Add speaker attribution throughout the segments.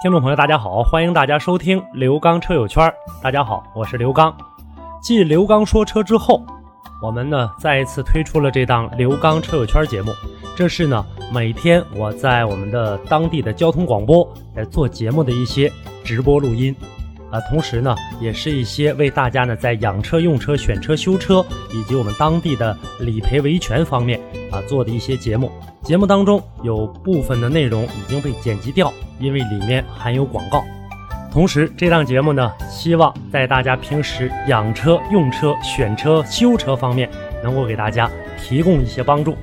Speaker 1: 听众朋友，大家好，欢迎大家收听刘刚车友圈儿。大家好，我是刘刚。继刘刚说车之后，我们呢再一次推出了这档刘刚车友圈儿节目。这是呢每天我在我们的当地的交通广播来做节目的一些直播录音，啊，同时呢也是一些为大家呢在养车、用车、选车、修车以及我们当地的理赔维权方面啊做的一些节目。节目当中有部分的内容已经被剪辑掉，因为里面含有广告。同时，这档节目呢，希望在大家平时养车、用车、选车、修车方面，能够给大家提供一些帮助。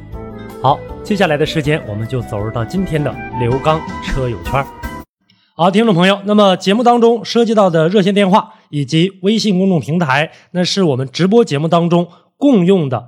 Speaker 1: 好，接下来的时间，我们就走入到今天的刘刚车友圈儿。好，听众朋友，那么节目当中涉及到的热线电话以及微信公众平台，那是我们直播节目当中共用的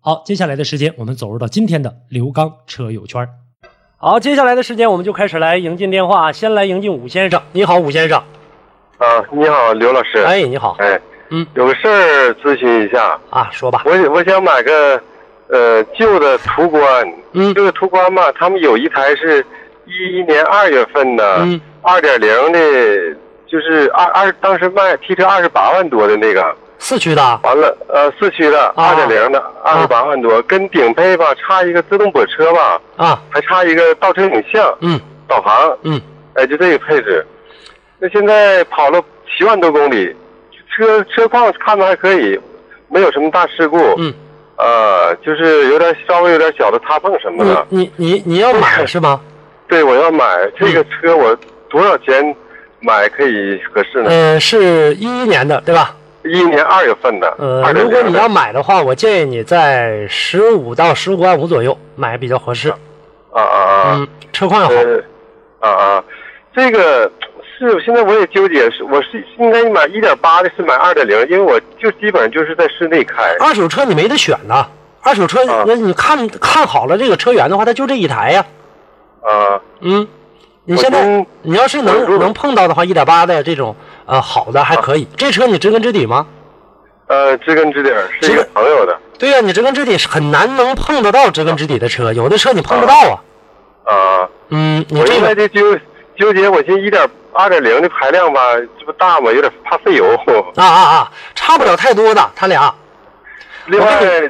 Speaker 1: 好，接下来的时间我们走入到今天的刘刚车友圈儿。好，接下来的时间我们就开始来迎进电话，先来迎进武先生。你好，武先生。
Speaker 2: 啊，你好，刘老师。
Speaker 1: 哎，你好。
Speaker 2: 哎，
Speaker 1: 嗯
Speaker 2: 有个事儿咨询一下，
Speaker 1: 啊，说吧。
Speaker 2: 我我想买个呃旧的途观，
Speaker 1: 嗯
Speaker 2: 这个途观吧，他们有一台是一一年二月份的
Speaker 1: 嗯，
Speaker 2: 二点零的，就是二二当时卖提车二十八万多的那个，
Speaker 1: 四驱的啊
Speaker 2: 完了呃四驱的
Speaker 1: 啊
Speaker 2: 二点零的二十八万多，跟顶配吧差一个自动泊车吧，
Speaker 1: 啊，
Speaker 2: 还差一个倒车影像、
Speaker 1: 嗯
Speaker 2: 导航，
Speaker 1: 嗯，
Speaker 2: 哎，就这个配置。那现在跑了七万多公里，车车况看着还可以，没有什么大事故。
Speaker 1: 嗯，
Speaker 2: 呃，就是有点稍微有点小的擦碰什么的。
Speaker 1: 嗯你你你你要买是 吗？
Speaker 2: 对，我要
Speaker 1: 嗯
Speaker 2: 买这个车，我多少钱买可以合适呢？
Speaker 1: 呃，是一一年的对吧？
Speaker 2: 一、年二月份的，
Speaker 1: 呃，
Speaker 2: 二
Speaker 1: 如果你要买的话，我建议你在十五到十五万五左右买比较合适。
Speaker 2: 啊啊啊，
Speaker 1: 嗯，车 况要好。
Speaker 2: 呃，啊啊，这个是现在我也纠结，是我是应该买一点八的，是买二点零，因为我就基本上就是在室内开。
Speaker 1: 二手车你没得选呐，二手车
Speaker 2: 啊
Speaker 1: 那你看看好了这个车源的话，它就这一台呀。
Speaker 2: 啊，
Speaker 1: 嗯，你
Speaker 2: 我
Speaker 1: 现在
Speaker 2: 听啊
Speaker 1: 你要是
Speaker 2: 我
Speaker 1: 能
Speaker 2: 知道
Speaker 1: 能碰到的话，一点八的这种呃好的还可以。这车你知根知底吗？
Speaker 2: 呃，知根知底儿是一个朋友的。
Speaker 1: 对呀、你知根知底是很难能碰得到知根知底的车，有的车你碰不到啊。
Speaker 2: 啊，
Speaker 1: 嗯，你
Speaker 2: 我
Speaker 1: 这
Speaker 2: 现在
Speaker 1: 个
Speaker 2: 就纠纠结，我寻思一点二点零的排量吧，这不大嘛，有点怕费油。
Speaker 1: 啊啊啊，差不了太多的，他俩
Speaker 2: 另外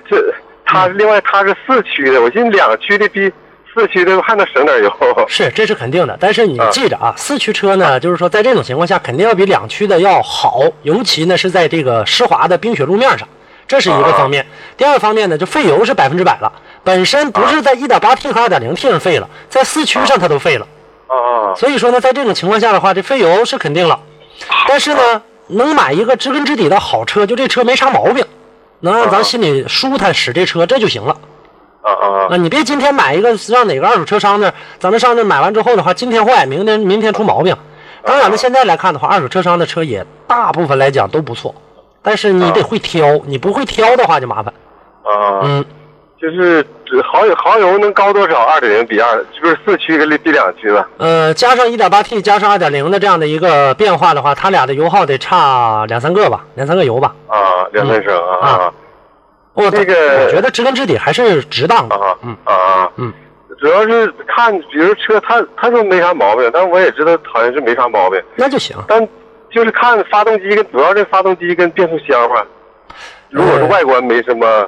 Speaker 2: 这它另外它是四驱的，我寻思两驱的比四驱的还能省点油。
Speaker 1: 是这是肯定的。但是你
Speaker 2: 啊
Speaker 1: 记着啊，四驱车呢，就是说在这种情况下，肯定要比两驱的要好，尤其呢是在这个湿滑的冰雪路面上，这是一个
Speaker 2: 啊
Speaker 1: 方面。第二方面呢，就费油是百分之百了，本身不
Speaker 2: 啊
Speaker 1: 是在一点八 T 和二点零 T 上废了，在四驱上它都废了。
Speaker 2: 啊
Speaker 1: 所以说呢，在这种情况下的话，这费油是肯定了，但是呢，能买一个知根知底的好车，就这车没啥毛病，能让咱心里舒坦，使这车这就行了
Speaker 2: 啊啊
Speaker 1: 啊！你别今天买一个，让哪个二手车商那儿，咱们上那儿买完之后的话，今天坏，明天明天出毛病。当然了，现在来看的话，二手车商的车也大部分来讲都不错，但是你得会挑，你不会挑的话就麻烦。
Speaker 2: 啊！
Speaker 1: 嗯，
Speaker 2: 就是这耗油耗油能高多少？二点零比二，就是四驱跟比两驱的
Speaker 1: 呃，加上 1.8T 加上2.0的这样的一个变化的话，它俩的油耗得差两三个吧，两三个油吧。
Speaker 2: 啊，两三升啊啊
Speaker 1: 我
Speaker 2: 这个
Speaker 1: 我觉得知根知底还是值当的。
Speaker 2: 啊
Speaker 1: 嗯
Speaker 2: 啊啊！
Speaker 1: 嗯，
Speaker 2: 主要是看，比如车，他他说没啥毛病，但我也知道好像是没啥毛病，
Speaker 1: 那就行。
Speaker 2: 但就是看发动机跟主要是发动机跟变速箱吧。如果是外观没什么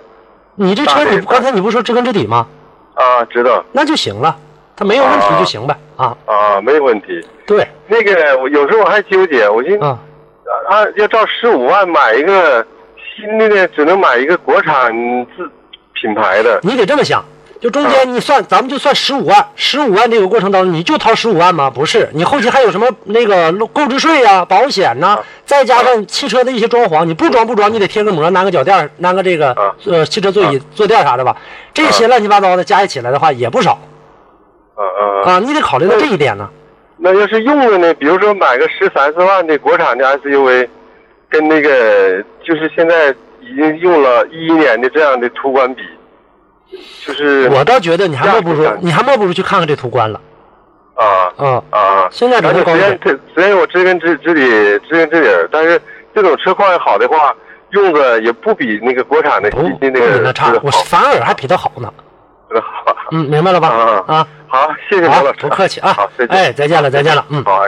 Speaker 1: 你这
Speaker 2: 大
Speaker 1: 车
Speaker 2: 概
Speaker 1: 你
Speaker 2: 是
Speaker 1: 刚才你不是说知根知底吗？
Speaker 2: 啊，知道
Speaker 1: 那就行了。它没有问题就行呗啊。
Speaker 2: 啊，没有问题。
Speaker 1: 对
Speaker 2: 那个我有时候我还纠结，我寻思
Speaker 1: 啊，
Speaker 2: 啊，要照十五万买一个新的呢，只能买一个国产自品牌的。
Speaker 1: 你得这么想，就中间你算，咱们就算十五万，十五万这个过程当中，你就掏十五万吗？不是，你后期还有什么那个购置税呀、保险
Speaker 2: 啊
Speaker 1: 呐、再加上汽车的一些装潢，你不装不装，你得贴个膜，安个脚垫儿，安个这个
Speaker 2: 啊
Speaker 1: 呃汽车座椅坐垫儿啥的吧，这些乱七八糟的加一起来的话也不少
Speaker 2: 啊啊啊！嗯
Speaker 1: 啊，你得考虑到这一点呢。
Speaker 2: 那要是用的呢，比如说买个十三四万的国产的 SUV，跟那个就是现在已经用了一一年的这样的途观比，就是
Speaker 1: 我倒觉得你还莫不如
Speaker 2: 价值感
Speaker 1: 你还莫不如去看看这途观了
Speaker 2: 啊
Speaker 1: 啊。
Speaker 2: 啊，
Speaker 1: 现在
Speaker 2: 咱
Speaker 1: 只能
Speaker 2: 就
Speaker 1: 高
Speaker 2: 虽然
Speaker 1: 点，
Speaker 2: 这虽然我知根知知底知根知底儿，但是这种车况好的话，用着也不比那个国产的
Speaker 1: 不哦不比
Speaker 2: 那个
Speaker 1: 那差，我
Speaker 2: 好
Speaker 1: 反而还比他好呢。
Speaker 2: 好。
Speaker 1: 嗯，明白了吧？
Speaker 2: 啊
Speaker 1: 啊，
Speaker 2: 好，谢谢罗
Speaker 1: 好
Speaker 2: 老师，
Speaker 1: 不客气啊
Speaker 2: 好，再见。
Speaker 1: 哎再见了再见了嗯
Speaker 2: 好。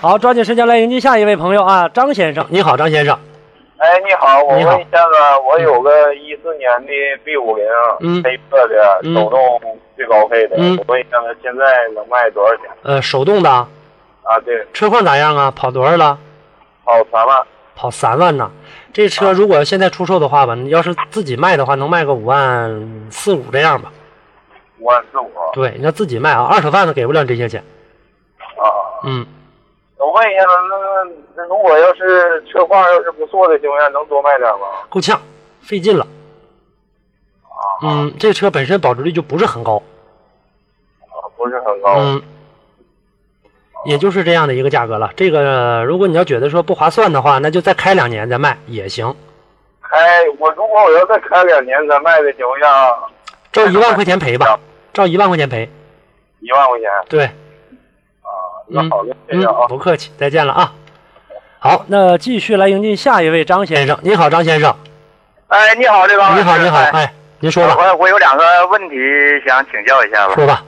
Speaker 1: 好，抓紧时间来迎接下一位朋友啊，张先生，你好，张先生，
Speaker 3: 哎，你好，我
Speaker 1: 你好
Speaker 3: 问一下子，我有个一四年的 B 五零
Speaker 1: 嗯
Speaker 3: 黑色的
Speaker 1: 嗯
Speaker 3: 手动最高配的，
Speaker 1: 嗯
Speaker 3: 我问一下子现在能卖多少钱？
Speaker 1: 呃，手动的啊
Speaker 3: 啊，对，
Speaker 1: 车况咋样啊？跑多少了？
Speaker 3: 跑三万，啊
Speaker 1: 跑三万呢。这车如果现在出售的话吧，你要是自己卖的话，能卖个五万四五这样吧。
Speaker 3: 五万四五
Speaker 1: 对，你要自己卖啊，二手贩子给不了这些钱。
Speaker 3: 啊。
Speaker 1: 嗯，
Speaker 3: 我问一下子，那那如果要是车况要是不错的情况下，能多卖点吗？
Speaker 1: 够呛，费劲了。
Speaker 3: 啊，
Speaker 1: 嗯，这车本身保值率就不是很高。
Speaker 3: 啊不是很高。
Speaker 1: 嗯，也就是这样的一个价格了。这个如果你要觉得说不划算的话，那就再开两年再卖也行。
Speaker 3: 开哎我如果我要再开两年再卖的情况下，
Speaker 1: 照一万块钱赔吧，照一万块钱赔。
Speaker 3: 一万块钱
Speaker 1: 对，
Speaker 3: 啊，那
Speaker 1: 嗯
Speaker 3: 好的，谢
Speaker 1: 嗯
Speaker 3: 谢啊，。
Speaker 1: 不客气，再见了啊。好，那继续来迎接下一位张先生。你好，张先生。
Speaker 3: 哎，你好，这个
Speaker 1: 你好，你好，哎，您说吧，
Speaker 3: 我我有两个问题想请教一下吧。
Speaker 1: 说吧。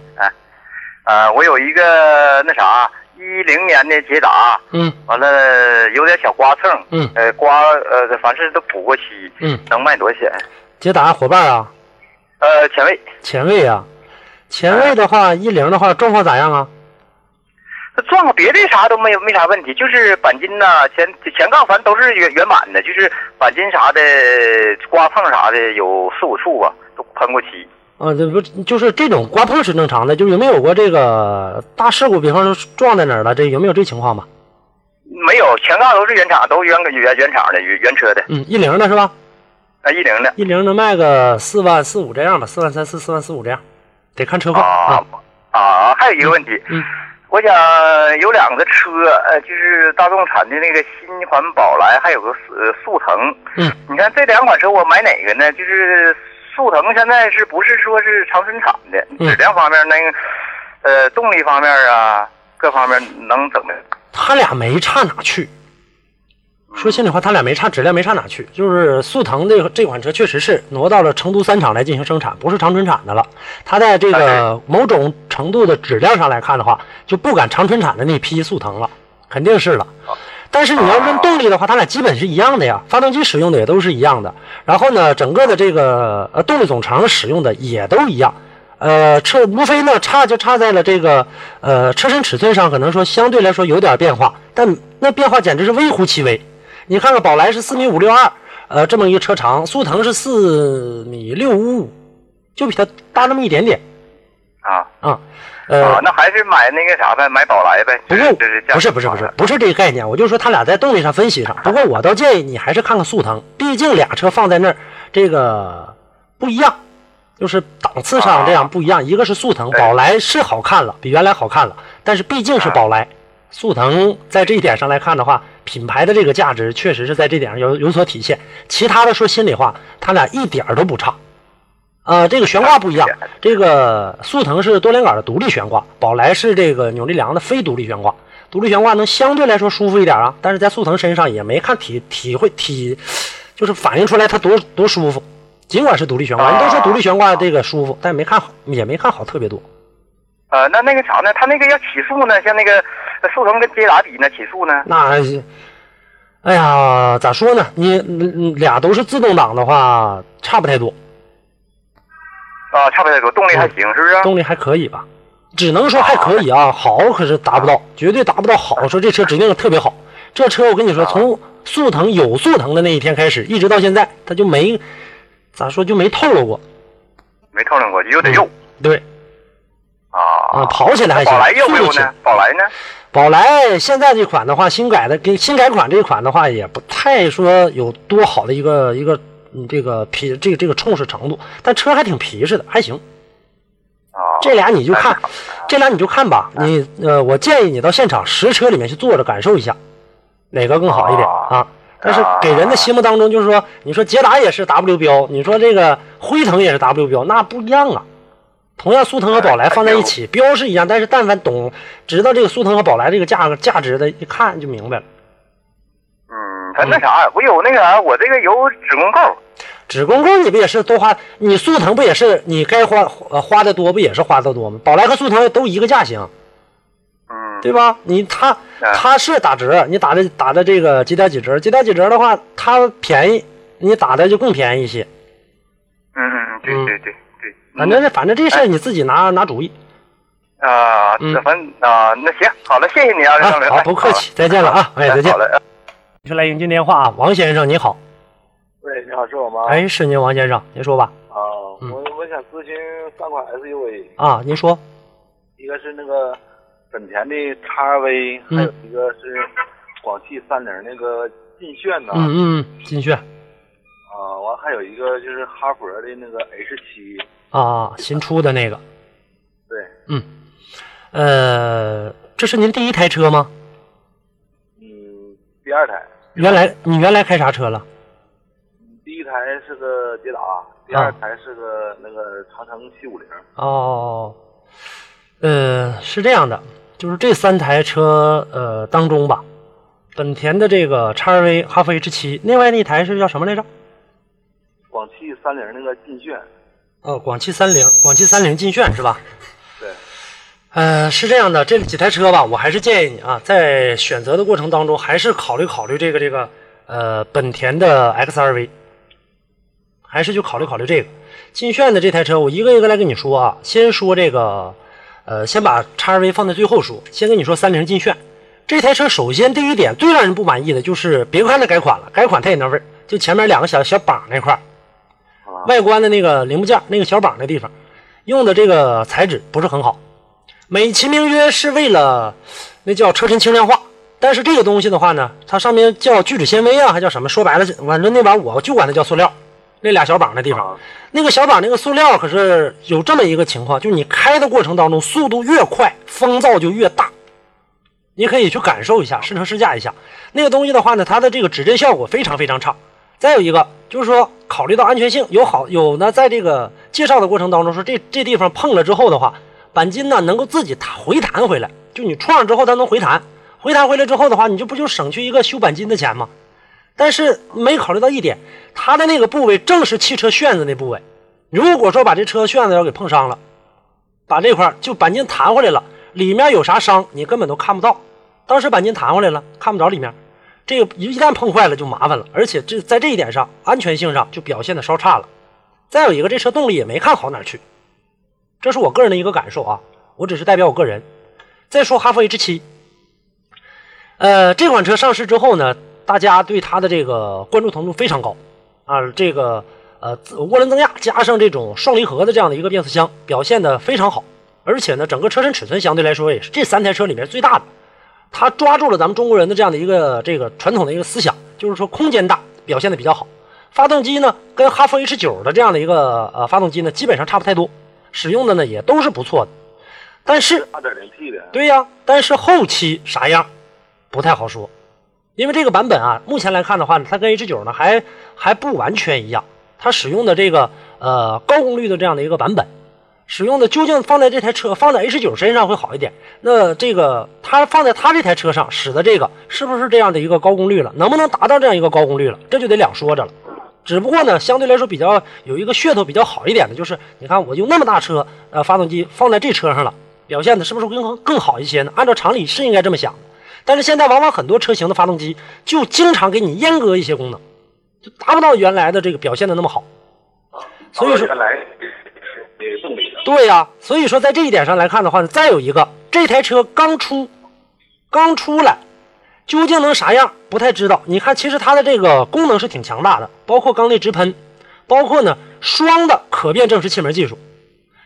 Speaker 3: 呃，我有一个那啥，一零年的捷达，
Speaker 1: 嗯
Speaker 3: 完了有点小刮蹭，
Speaker 1: 嗯
Speaker 3: 呃，刮呃，凡是都补过漆，
Speaker 1: 嗯，
Speaker 3: 能卖多少钱？
Speaker 1: 捷达伙伴啊，
Speaker 3: 呃，前卫，
Speaker 1: 前卫啊，前卫的话，一零的话，状况咋样啊？
Speaker 3: 撞个别的啥都没有，没啥问题，就是钣金呐、前前杠反正都是原原版的，就是钣金啥的，刮碰啥的有四五处吧，都喷过漆。
Speaker 1: 啊，这不就是这种刮碰是正常的，就是有没有过这个大事故？比方说撞在哪儿了，这有没有这情况吧？
Speaker 3: 没有，前杠都是原厂，都原原原厂的原原车的，
Speaker 1: 嗯，一零的是吧？
Speaker 3: 呃，一零的。
Speaker 1: 一零能卖个四万四五这样吧，四万三四、四万四五这样，得看车况
Speaker 3: 啊
Speaker 1: 啊。
Speaker 3: 啊，还有一个问题，
Speaker 1: 嗯
Speaker 3: 我想有两个车，呃，就是大众产的那个新款宝来，还有个速呃速腾。
Speaker 1: 嗯，
Speaker 3: 你看这两款车，我买哪个呢？就是速腾现在是不是说是长春产的？
Speaker 1: 嗯
Speaker 3: 质量方面那个，呃，动力方面啊，各方面能怎么样？
Speaker 1: 他俩没差哪去。说心里话，他俩没差，质量没差哪去。就是速腾这这款车确实是挪到了成都三厂来进行生产，不是长春产的了。它在这个某种程度的质量上来看的话，就不赶长春产的那批速腾了，肯定是了。但是你要论动力的话，它俩基本是一样的呀，发动机使用的也都是一样的。然后呢，整个的这个呃动力总成使用的也都一样。呃，车无非呢差就差在了这个呃车身尺寸上，可能说相对来说有点变化，但那变化简直是微乎其微。你看看宝来是四米五六二，呃，这么一个车长，速腾是四米六五五，就比它大那么一点点
Speaker 3: 啊
Speaker 1: 啊。
Speaker 3: 啊
Speaker 1: 呃，，
Speaker 3: 那还是买那个啥呗，买宝来呗。
Speaker 1: 不
Speaker 3: 就是
Speaker 1: 过
Speaker 3: 就是价格
Speaker 1: 不是不是不是不是这个概念，我就说它俩在动力上分析上。不过我倒建议你还是看看速腾，毕竟俩车放在那儿，这个不一样，就是档次上这样不一
Speaker 3: 啊
Speaker 1: 样。一个是速腾，
Speaker 3: 对
Speaker 1: 宝来是好看了，比原来好看了，但是毕竟是
Speaker 3: 啊
Speaker 1: 宝来，速腾在这一点上来看的话，品牌的这个价值确实是在这点上有有所体现。其他的说心里话，它俩一点儿都不差。呃，这个悬挂不一样，这个速腾是多连杆的独立悬挂，宝来是这个扭力梁的非独立悬挂。独立悬挂能相对来说舒服一点啊，但是在速腾身上也没看体体会体，就是反映出来它多多舒服。尽管是独立悬挂，人都说独立悬挂这个舒服，但没看好，也没看好特别多。
Speaker 3: 呃，那那个啥呢？他那个要起诉呢，像那个呃速腾跟捷达比呢，起诉呢？
Speaker 1: 那，哎呀，咋说呢？你嗯俩都是自动挡的话，差不太多，
Speaker 3: 啊，差不太多，动力还行，是不是？
Speaker 1: 动力还可以吧？只能说还可以啊，好可是达不到，绝对达不到好。说这车指定特别好，这车我跟你说，从速腾有速腾的那一天开始，一直到现在，它就没咋说就没透露过。
Speaker 3: 没透露过，又得用
Speaker 1: 对啊，
Speaker 3: 啊。
Speaker 1: 跑起来嗯还行
Speaker 3: 宝来，用不
Speaker 1: 速度
Speaker 3: 用
Speaker 1: 起来
Speaker 3: 呢？宝来呢？
Speaker 1: 宝来现在这款的话，新改的跟新改款这款的话，也不太说有多好的一个一个嗯这个皮这个这个充实程度，但车还挺皮实的，还行。
Speaker 3: 啊，
Speaker 1: 这俩你就看，这俩你就看吧。你呃，我建议你到现场实车里面去坐着感受一下，哪个更好一点啊？但是给人的心目当中就是说，你说捷达也是 W 标，你说这个辉腾也是 W 标，那不一样啊。同样，速腾和宝来放在一起，标是一样，但是但凡懂知道这个速腾和宝来这个价格价值的，一看就明白了。
Speaker 3: 嗯，咱那啥，我有那个啥，我这个有子宫扣，
Speaker 1: 只公公你不也是多花？你速腾不也是你该花呃花的多，不也是花的多吗？宝来和速腾都一个价型，
Speaker 3: 嗯，
Speaker 1: 对吧？你它
Speaker 3: 嗯
Speaker 1: 它是打折，你打的打的这个几点几折？几点几折的话，它便宜，你打的就更便宜一些。
Speaker 3: 嗯嗯嗯，对
Speaker 1: 嗯
Speaker 3: 对对对，
Speaker 1: 反正这反正这事儿你自己拿拿主意
Speaker 3: 啊，
Speaker 1: 嗯
Speaker 3: 这反正啊，那行，好了，谢谢你啊，
Speaker 1: 啊
Speaker 3: 张伦，。
Speaker 1: 好，不客气，再见了啊，哎，
Speaker 3: 哎，
Speaker 1: 再见
Speaker 3: 好。了，
Speaker 4: 接下来迎接电话啊，
Speaker 1: 王先生您好，
Speaker 5: 喂，你好，是我吗？
Speaker 1: 哎，嗯是您王先生，您说吧。
Speaker 5: 啊，我我想咨询三款 SUV，
Speaker 1: 啊，您说，
Speaker 5: 一个是那个本田的 XV，
Speaker 1: 嗯
Speaker 5: 还有一个是广汽三菱那个劲炫呐，
Speaker 3: 啊
Speaker 1: 嗯嗯，嗯，金炫
Speaker 5: 啊，完还有一个就是哈佛的那个 H 七，
Speaker 1: 啊，新出的那个，嗯
Speaker 5: 对，
Speaker 1: 呃，这是您第一台车吗？
Speaker 5: 嗯，第二台，
Speaker 1: 原来你原来开啥车了？
Speaker 5: 第一台是个捷达，
Speaker 2: 啊
Speaker 1: 啊
Speaker 5: 第二台是个那个长城七五零，
Speaker 1: 哦，呃，是这样的，就是这三台车呃当中吧，本田的这个 XV 哈弗 H 7另外那台是叫什么来着？
Speaker 5: 广汽三菱那个劲炫，
Speaker 1: 哦，广汽三菱，广汽三菱劲炫是吧？
Speaker 5: 对，
Speaker 1: 呃，是这样的，这几台车吧，我还是建议你啊，在选择的过程当中，还是考虑考虑这个这个呃本田的 XRV，还是就考虑考虑这个劲炫的这台车。我一个一个来跟你说啊，先说这个呃，先把 XRV 放在最后说，先跟你说三菱劲炫这台车。首先第一点，最让人不满意的就是别看它改款了，改款它也那味儿，就前面两个小小把儿那块儿，外观的那个零部件儿那个小把儿那地方用的这个材质不是很好。美其名曰是为了那叫车身轻量化，但是这个东西的话呢，它上面叫聚酯纤维啊，还叫什么？说白了，反正那玩意儿我就管它叫塑料。那俩小膀那地方，那个小膀那个塑料可是有这么一个情况，就是你开的过程当中速度越快，风噪就越大。你可以去感受一下，试乘试驾一下那个东西的话呢，它的这个指针效果非常非常差。再有一个就是说，考虑到安全性，有好有呢，在这个介绍的过程当中说这这地方碰了之后的话，钣金呢能够自己弹回弹回来，就你撞了之后它能回弹，回弹回来之后的话，你这不就省去一个修钣金的钱吗？但是没考虑到一点，它的那个部位正是汽车旋子那部位，如果说把这车旋子要给碰伤了，把这块儿就钣金弹回来了，里面有啥伤你根本都看不到。当时钣金弹回来了，看不着里面，这个一旦碰坏了就麻烦了。而且这在这一点上，安全性上就表现的稍差了。再有一个，这车动力也没看好哪儿去，这是我个人的一个感受啊，我只是代表我个人。再说哈弗 H 7呃，这款车上市之后呢，大家对它的这个关注程度非常高啊，这个呃自涡轮增压加上这种双离合的这样的一个变速箱，表现的非常好。而且呢，整个车身尺寸相对来说也是这三台车里面最大的，它抓住了咱们中国人的这样的一个这个传统的一个思想，就是说空间大，表现的比较好。发动机呢，跟哈弗 H 9的这样的一个呃发动机呢，基本上差不太多，使用的呢也都是不错的。但是
Speaker 5: 二点零 T
Speaker 3: 啊
Speaker 5: 的，
Speaker 1: 对呀、但是后期啥样不太好说，因为这个版本啊，目前来看的话呢，它跟 H 9呢还还不完全一样，它使用的这个呃高功率的这样的一个版本，使用的究竟放在这台车放在 H 9身上会好一点。那这个它放在它这台车上使的这个是不是这样的一个高功率了？能不能达到这样一个高功率了？这就得两说着了。只不过呢，相对来说比较有一个噱头比较好一点的，就是你看我用那么大车，呃，发动机放在这车上了，表现的是不是更更好一些呢？按照常理是应该这么想的，但是现在往往很多车型的发动机就经常给你阉割一些功能，就达不到原来的这个表现的那么好。所以说，
Speaker 5: 原来，
Speaker 2: 那个动力的。
Speaker 1: 对呀、所以说在这一点上来看的话呢，再有一个，这台车刚出，刚出来，究竟能啥样不太知道。你看，其实它的这个功能是挺强大的，包括缸内直喷，包括呢双的可变正时气门技术，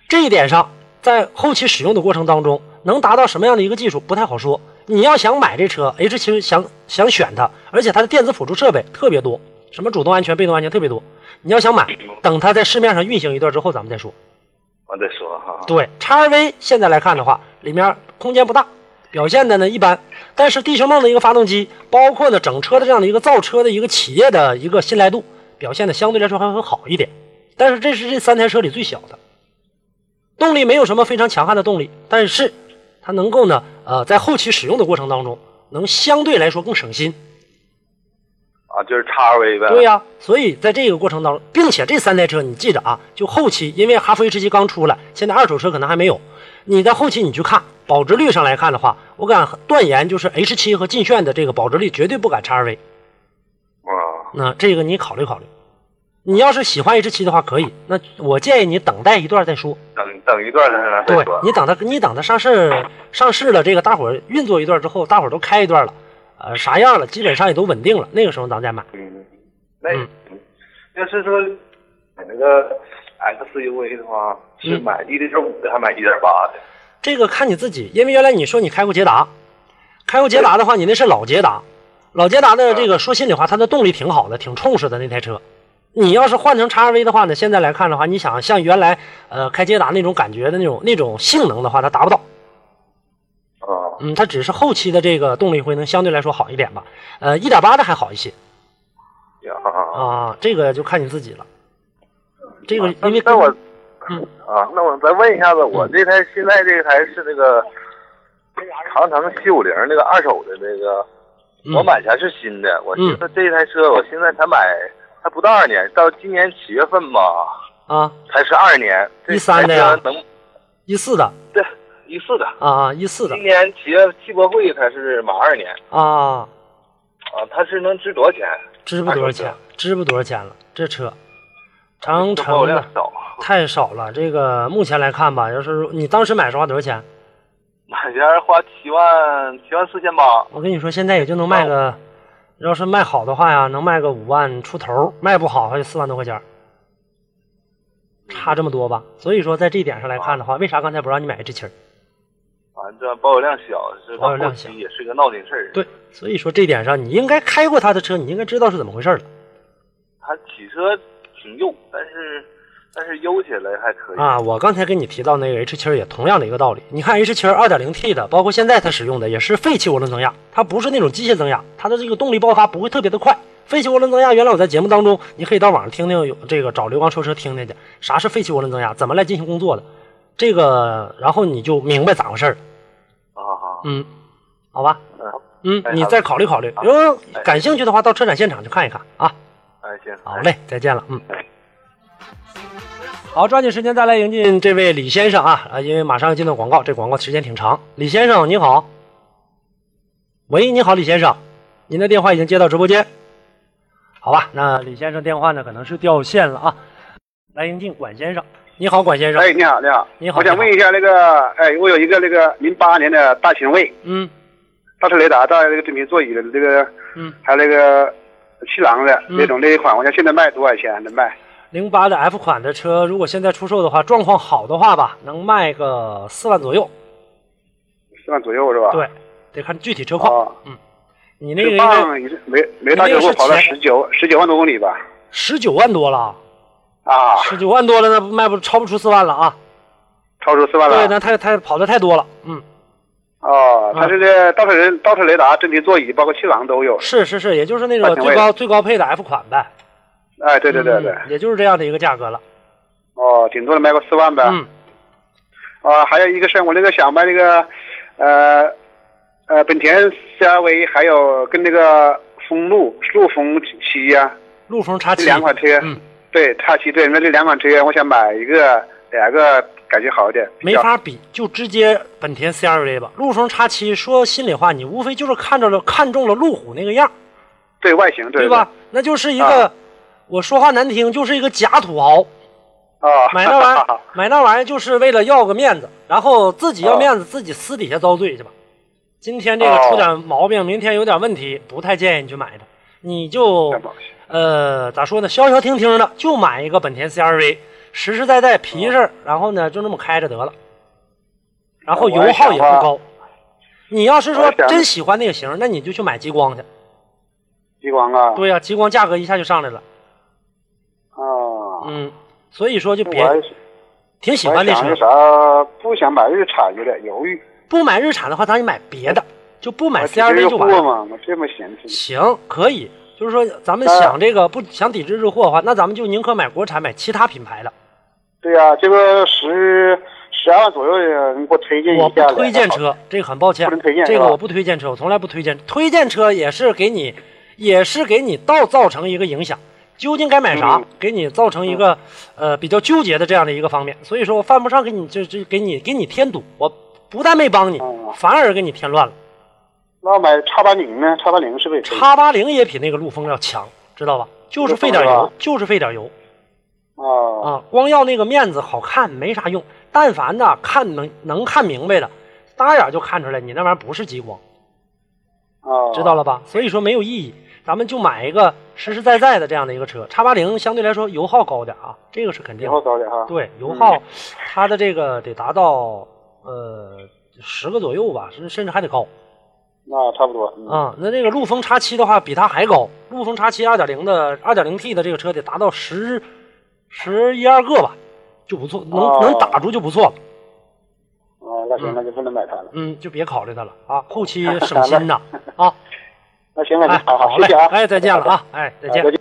Speaker 1: 这一点上在后期使用的过程当中，能达到什么样的一个技术不太好说。你要想买这车，H 其实想想选它，而且它的电子辅助设备特别多，什么主动安全、被动安全特别多。你要想买，等它在市面上运行一段之后，咱们再说。
Speaker 2: 完再说
Speaker 3: 啊
Speaker 2: 哈。
Speaker 1: 对，叉 RV 现在来看的话，里面空间不大，表现的呢一般。但是地球梦的一个发动机，包括呢整车的这样的一个造车的一个企业的一个信赖度，表现的相对来说还会好一点。但是这是这三台车里最小的，动力没有什么非常强悍的动力，但是它能够呢，呃，在后期使用的过程当中，能相对来说更省心。
Speaker 2: 啊，就是叉 V 呗。
Speaker 1: 对呀、所以在这个过程当中，并且这三台车你记着啊，就后期因为哈弗 H 七刚出来，现在二手车可能还没有。你在后期你去看保值率上来看的话，我敢断言，就是 H 七和劲炫的这个保值率绝对不敢叉 V。
Speaker 2: 啊，
Speaker 1: 那这个你考虑考虑。你要是喜欢 H 七的话，可以。那我建议你等待一段再说。
Speaker 2: 等等一段儿再
Speaker 1: 对
Speaker 2: 说。
Speaker 1: 你等它，你等它上市上市了，这个大伙儿运作一段之后，大伙儿都开一段了，呃，啥样了，基本上也都稳定了。那个时候咱再买。
Speaker 2: 嗯，那要是说买那个 SUV 的话，是
Speaker 1: 嗯
Speaker 2: 买一点五的，还买一点八的？
Speaker 1: 这个看你自己，因为原来你说你开过捷达，开过捷达的话，你那是老捷达，老捷达的这个说心里话，它的动力挺好的，挺充实的那台车。你要是换成叉 RV 的话呢，现在来看的话，你想像原来呃开捷达那种感觉的那种那种性能的话，它达不到。
Speaker 2: 啊，
Speaker 1: 嗯，它只是后期的这个动力会能相对来说好一点吧。呃，一点八的还好一些
Speaker 2: 呀啊，
Speaker 1: 啊，这个就看你自己了。这个因为
Speaker 2: 那我
Speaker 1: 嗯
Speaker 2: 啊，那我再问一下子，我这台现在这台是那个长城七五零那个二手的那个，
Speaker 1: 嗯
Speaker 2: 我买全是新的。我
Speaker 1: 嗯
Speaker 2: 寻思这台车，我现在才买，还不到二年，到今年七月份吧，
Speaker 1: 啊
Speaker 2: 才是二年。这
Speaker 1: 13的呀
Speaker 2: 台车能
Speaker 1: 一四的
Speaker 2: 对一四的。
Speaker 1: 啊一四的
Speaker 2: 今年七月汽博会它是满二年
Speaker 1: 啊，
Speaker 2: 啊，它是能值多少钱？
Speaker 1: 值不多少钱？值不多少钱了？这车，长
Speaker 2: 这保有
Speaker 1: 城
Speaker 2: 量
Speaker 1: 的
Speaker 2: 少，
Speaker 1: 太少了。这个目前来看吧，要是你当时买是花多少钱？
Speaker 2: 买前花七万七万四千八，
Speaker 1: 我跟你说，现在也就能卖个，要是卖好的话呀，能卖个五万出头，卖不好还得四万多块钱儿，差这么多吧？所以说，在这一点上来看的话，为啥刚才不让你买 H 七儿？
Speaker 2: 反正保有量小，是
Speaker 1: 保有
Speaker 2: 到
Speaker 1: 量
Speaker 2: 后
Speaker 1: 小
Speaker 2: 期也是个闹心事儿。
Speaker 1: 对，所以说这一点上，你应该开过他的车，你应该知道是怎么回事儿了。
Speaker 2: 它汽车挺右，但是但是悠起来还可以。
Speaker 1: 啊，我刚才跟你提到那个 H 7也同样的一个道理。你看 H 7 2.0T 的，包括现在它使用的也是废气涡轮增压，它不是那种机械增压，它的这个动力爆发不会特别的快。废气涡轮增压，原来我在节目当中，你可以到网上听听，有这个找刘刚说车听听去，啥是废气涡轮增压，怎么来进行工作的，这个然后你就明白咋回事儿了。
Speaker 2: 啊啊，
Speaker 1: 嗯，好吧，
Speaker 2: 嗯，
Speaker 1: 嗯
Speaker 2: 哎，
Speaker 1: 你
Speaker 2: 好
Speaker 1: 再考虑考虑，如果感兴趣的话，到车展现场去看一看啊。
Speaker 2: 哎行，
Speaker 1: 好嘞，再见了，嗯。好，抓紧时间再来迎进这位李先生啊啊，因为马上要进到广告，这广告时间挺长。李先生你好，喂，你好，李先生，您的电话已经接到直播间，好吧？那李先生电话呢可能是掉线了啊，来迎进管先生，你好，管先生，
Speaker 3: 哎，你好，你好，
Speaker 1: 你好
Speaker 3: 我想
Speaker 1: 你好
Speaker 3: 问一下那个，哎，我有一个那个零八年的大秦卫，
Speaker 1: 嗯
Speaker 3: 大众雷达带那个真皮座椅的那个，
Speaker 1: 嗯，
Speaker 3: 还有那个气囊的
Speaker 1: 嗯
Speaker 3: 那种那一款，我想现在卖多少钱能卖？
Speaker 1: 零八的 F 款的车，如果现在出售的话，状况好的话吧，能卖个四万左右，
Speaker 3: 四万左右是吧？，
Speaker 1: 对，得看具体车况。
Speaker 3: 哦，
Speaker 1: 你那个
Speaker 3: 这
Speaker 1: 应该
Speaker 3: 棒也是没没大小
Speaker 1: 你那个
Speaker 3: 过
Speaker 1: 是
Speaker 3: 跑了
Speaker 1: 前
Speaker 3: 十九十九万多公里吧？
Speaker 1: 十九万多了。
Speaker 3: 啊，
Speaker 1: 十九万多了，那不卖不超不出四万了啊！
Speaker 3: 超出四万
Speaker 1: 对，
Speaker 3: 了。
Speaker 1: 那太太跑的太多了，嗯，
Speaker 3: 哦，
Speaker 1: 啊
Speaker 3: 它这个大众雷大众雷达真皮座椅包括气囊都有。
Speaker 1: 是是是，也就是那
Speaker 3: 那
Speaker 1: 种
Speaker 3: 挺
Speaker 1: 最
Speaker 3: 贵
Speaker 1: 高最高配的 F 款呗，
Speaker 3: 哎，对对对对，
Speaker 1: 嗯也就是这样的一个价格了，
Speaker 3: 哦，顶多能卖个四万呗。
Speaker 1: 嗯，
Speaker 3: 啊，还有一个是我那个想卖那个，呃，呃，本田 CRV，还有跟那个风路陆风七呀、
Speaker 1: 陆风叉
Speaker 3: 这
Speaker 1: 七，
Speaker 3: 两款车，
Speaker 1: 嗯，
Speaker 3: 对，叉七，对，那这两款车，我想买一个，两个感觉好一点。比
Speaker 1: 没
Speaker 3: 较
Speaker 1: 法比，就直接本田 CRV 吧。陆风叉七，说心里话，你无非就是看着了看中了路虎那个样儿，
Speaker 3: 对外形，对啊
Speaker 1: 对吧？？那就是一个，我说话难听，就是一个假土豪，
Speaker 6: 啊，
Speaker 1: 买哦那玩意儿，买那玩意儿就是为了要个面子，然后自己要
Speaker 6: 哦
Speaker 1: 面子，自己私底下遭罪去吧。今天这个出点毛病，明天有点问题，不太建议你去买它。你就
Speaker 6: 太保险
Speaker 1: 呃咋说呢，消消停停的就买一个本田 CR-V，实实在在皮
Speaker 6: 哦
Speaker 1: 实，然后呢就那么开着得了，然后油耗也不高。你要是说
Speaker 6: 啊我想
Speaker 1: 真喜欢那个型儿，那你就去买极光去。
Speaker 6: 激光啊，
Speaker 1: 对呀、极光价格一下就上来了。
Speaker 6: 啊，
Speaker 1: 嗯，所以说就别
Speaker 6: 我还是
Speaker 1: 挺喜
Speaker 6: 我还
Speaker 1: 欢那
Speaker 6: 想
Speaker 1: 车
Speaker 6: 那。啥，不想买日产，有点犹豫。
Speaker 1: 不买日产的话，咱就买别的，就不买
Speaker 6: 我抵制
Speaker 1: CRV
Speaker 6: 日
Speaker 1: 就完了
Speaker 6: 货。嘛，啊我这么嫌弃。
Speaker 1: 行，可以，就是说咱们
Speaker 6: 呃
Speaker 1: 想这个不想抵制日货的话，那咱们就宁可买国产，买其他品牌的。
Speaker 6: 对呀、这个十十二万左右的，你给我推荐一
Speaker 1: 我
Speaker 6: 下
Speaker 1: 不
Speaker 6: 呗。
Speaker 1: 推荐车，这个很抱歉
Speaker 6: 不能推荐，
Speaker 1: 这
Speaker 6: 是
Speaker 1: 个
Speaker 6: 吧
Speaker 1: 我不推荐车，我从来不推荐。推荐车也是给你，也是给你倒造成一个影响，究竟该买啥，
Speaker 6: 嗯
Speaker 1: 给你造成一个、呃比较纠结的这样的一个方面。所以说我犯不上给你这这给你给你添堵，我不但没帮你，
Speaker 6: 嗯
Speaker 1: 反而给你添乱了。
Speaker 6: 那买叉八零呢？叉八零是不是也可以？
Speaker 1: 叉八零也比那个陆风要强，知道吧？就是费点
Speaker 6: 陆风是
Speaker 1: 油
Speaker 6: 吧，
Speaker 1: 就是费点油
Speaker 6: 啊
Speaker 1: 啊！光要那个面子好看没啥用，但凡呐看能能看明白的，大眼就看出来你那玩意儿不是激光，
Speaker 6: 啊，
Speaker 1: 知道了吧？所以说没有意义，咱们就买一个实实在在的这样的一个车。叉八零相对来说油耗高点啊，这个是肯
Speaker 6: 以
Speaker 1: 定的。
Speaker 6: 后早点哈。
Speaker 1: 对，油
Speaker 6: 嗯
Speaker 1: 耗它的这个得达到呃十个左右吧，甚甚至还得高。
Speaker 6: 那差不多。嗯，
Speaker 1: 啊、那这个陆风叉七的话比它还高，陆风叉七二点零的二点零 T 的这个车得达到十十一二个吧，就不错，能、
Speaker 6: 哦
Speaker 1: 能打住就不错了。
Speaker 6: 啊，那行，
Speaker 1: 嗯
Speaker 6: 那就不能买它了。
Speaker 1: 嗯，就别考虑它了啊，后 期省心呐啊！
Speaker 6: 那行，那
Speaker 1: 哎
Speaker 6: 就，好
Speaker 1: 好
Speaker 6: 好，
Speaker 1: 嘞
Speaker 6: 谢谢啊，。
Speaker 1: 哎，再见了啊，哎，再
Speaker 6: 哎，
Speaker 1: 见
Speaker 6: 再。见。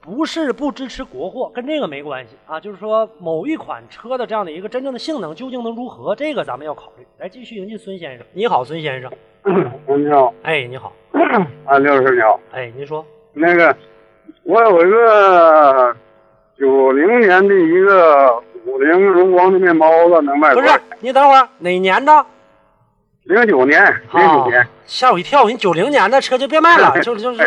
Speaker 1: 不是不支持国货，跟这个没关系啊，就是说某一款车的这样的一个真正的性能究竟能如何，这个咱们要考虑。来，继续迎接孙先生。你好，孙先生。
Speaker 2: 啊你好，
Speaker 1: 哎，你好。
Speaker 2: 啊，刘老师你好，
Speaker 1: 哎，您说。
Speaker 2: 那个我有一个九零年的一个五菱荣光的面包子，能卖
Speaker 1: 不
Speaker 2: 多
Speaker 1: 是
Speaker 2: 少？，
Speaker 1: 你等会儿，哪年的？
Speaker 2: 零九年，零九年，
Speaker 1: 吓我一跳！你九零年的车就别卖 了，就就是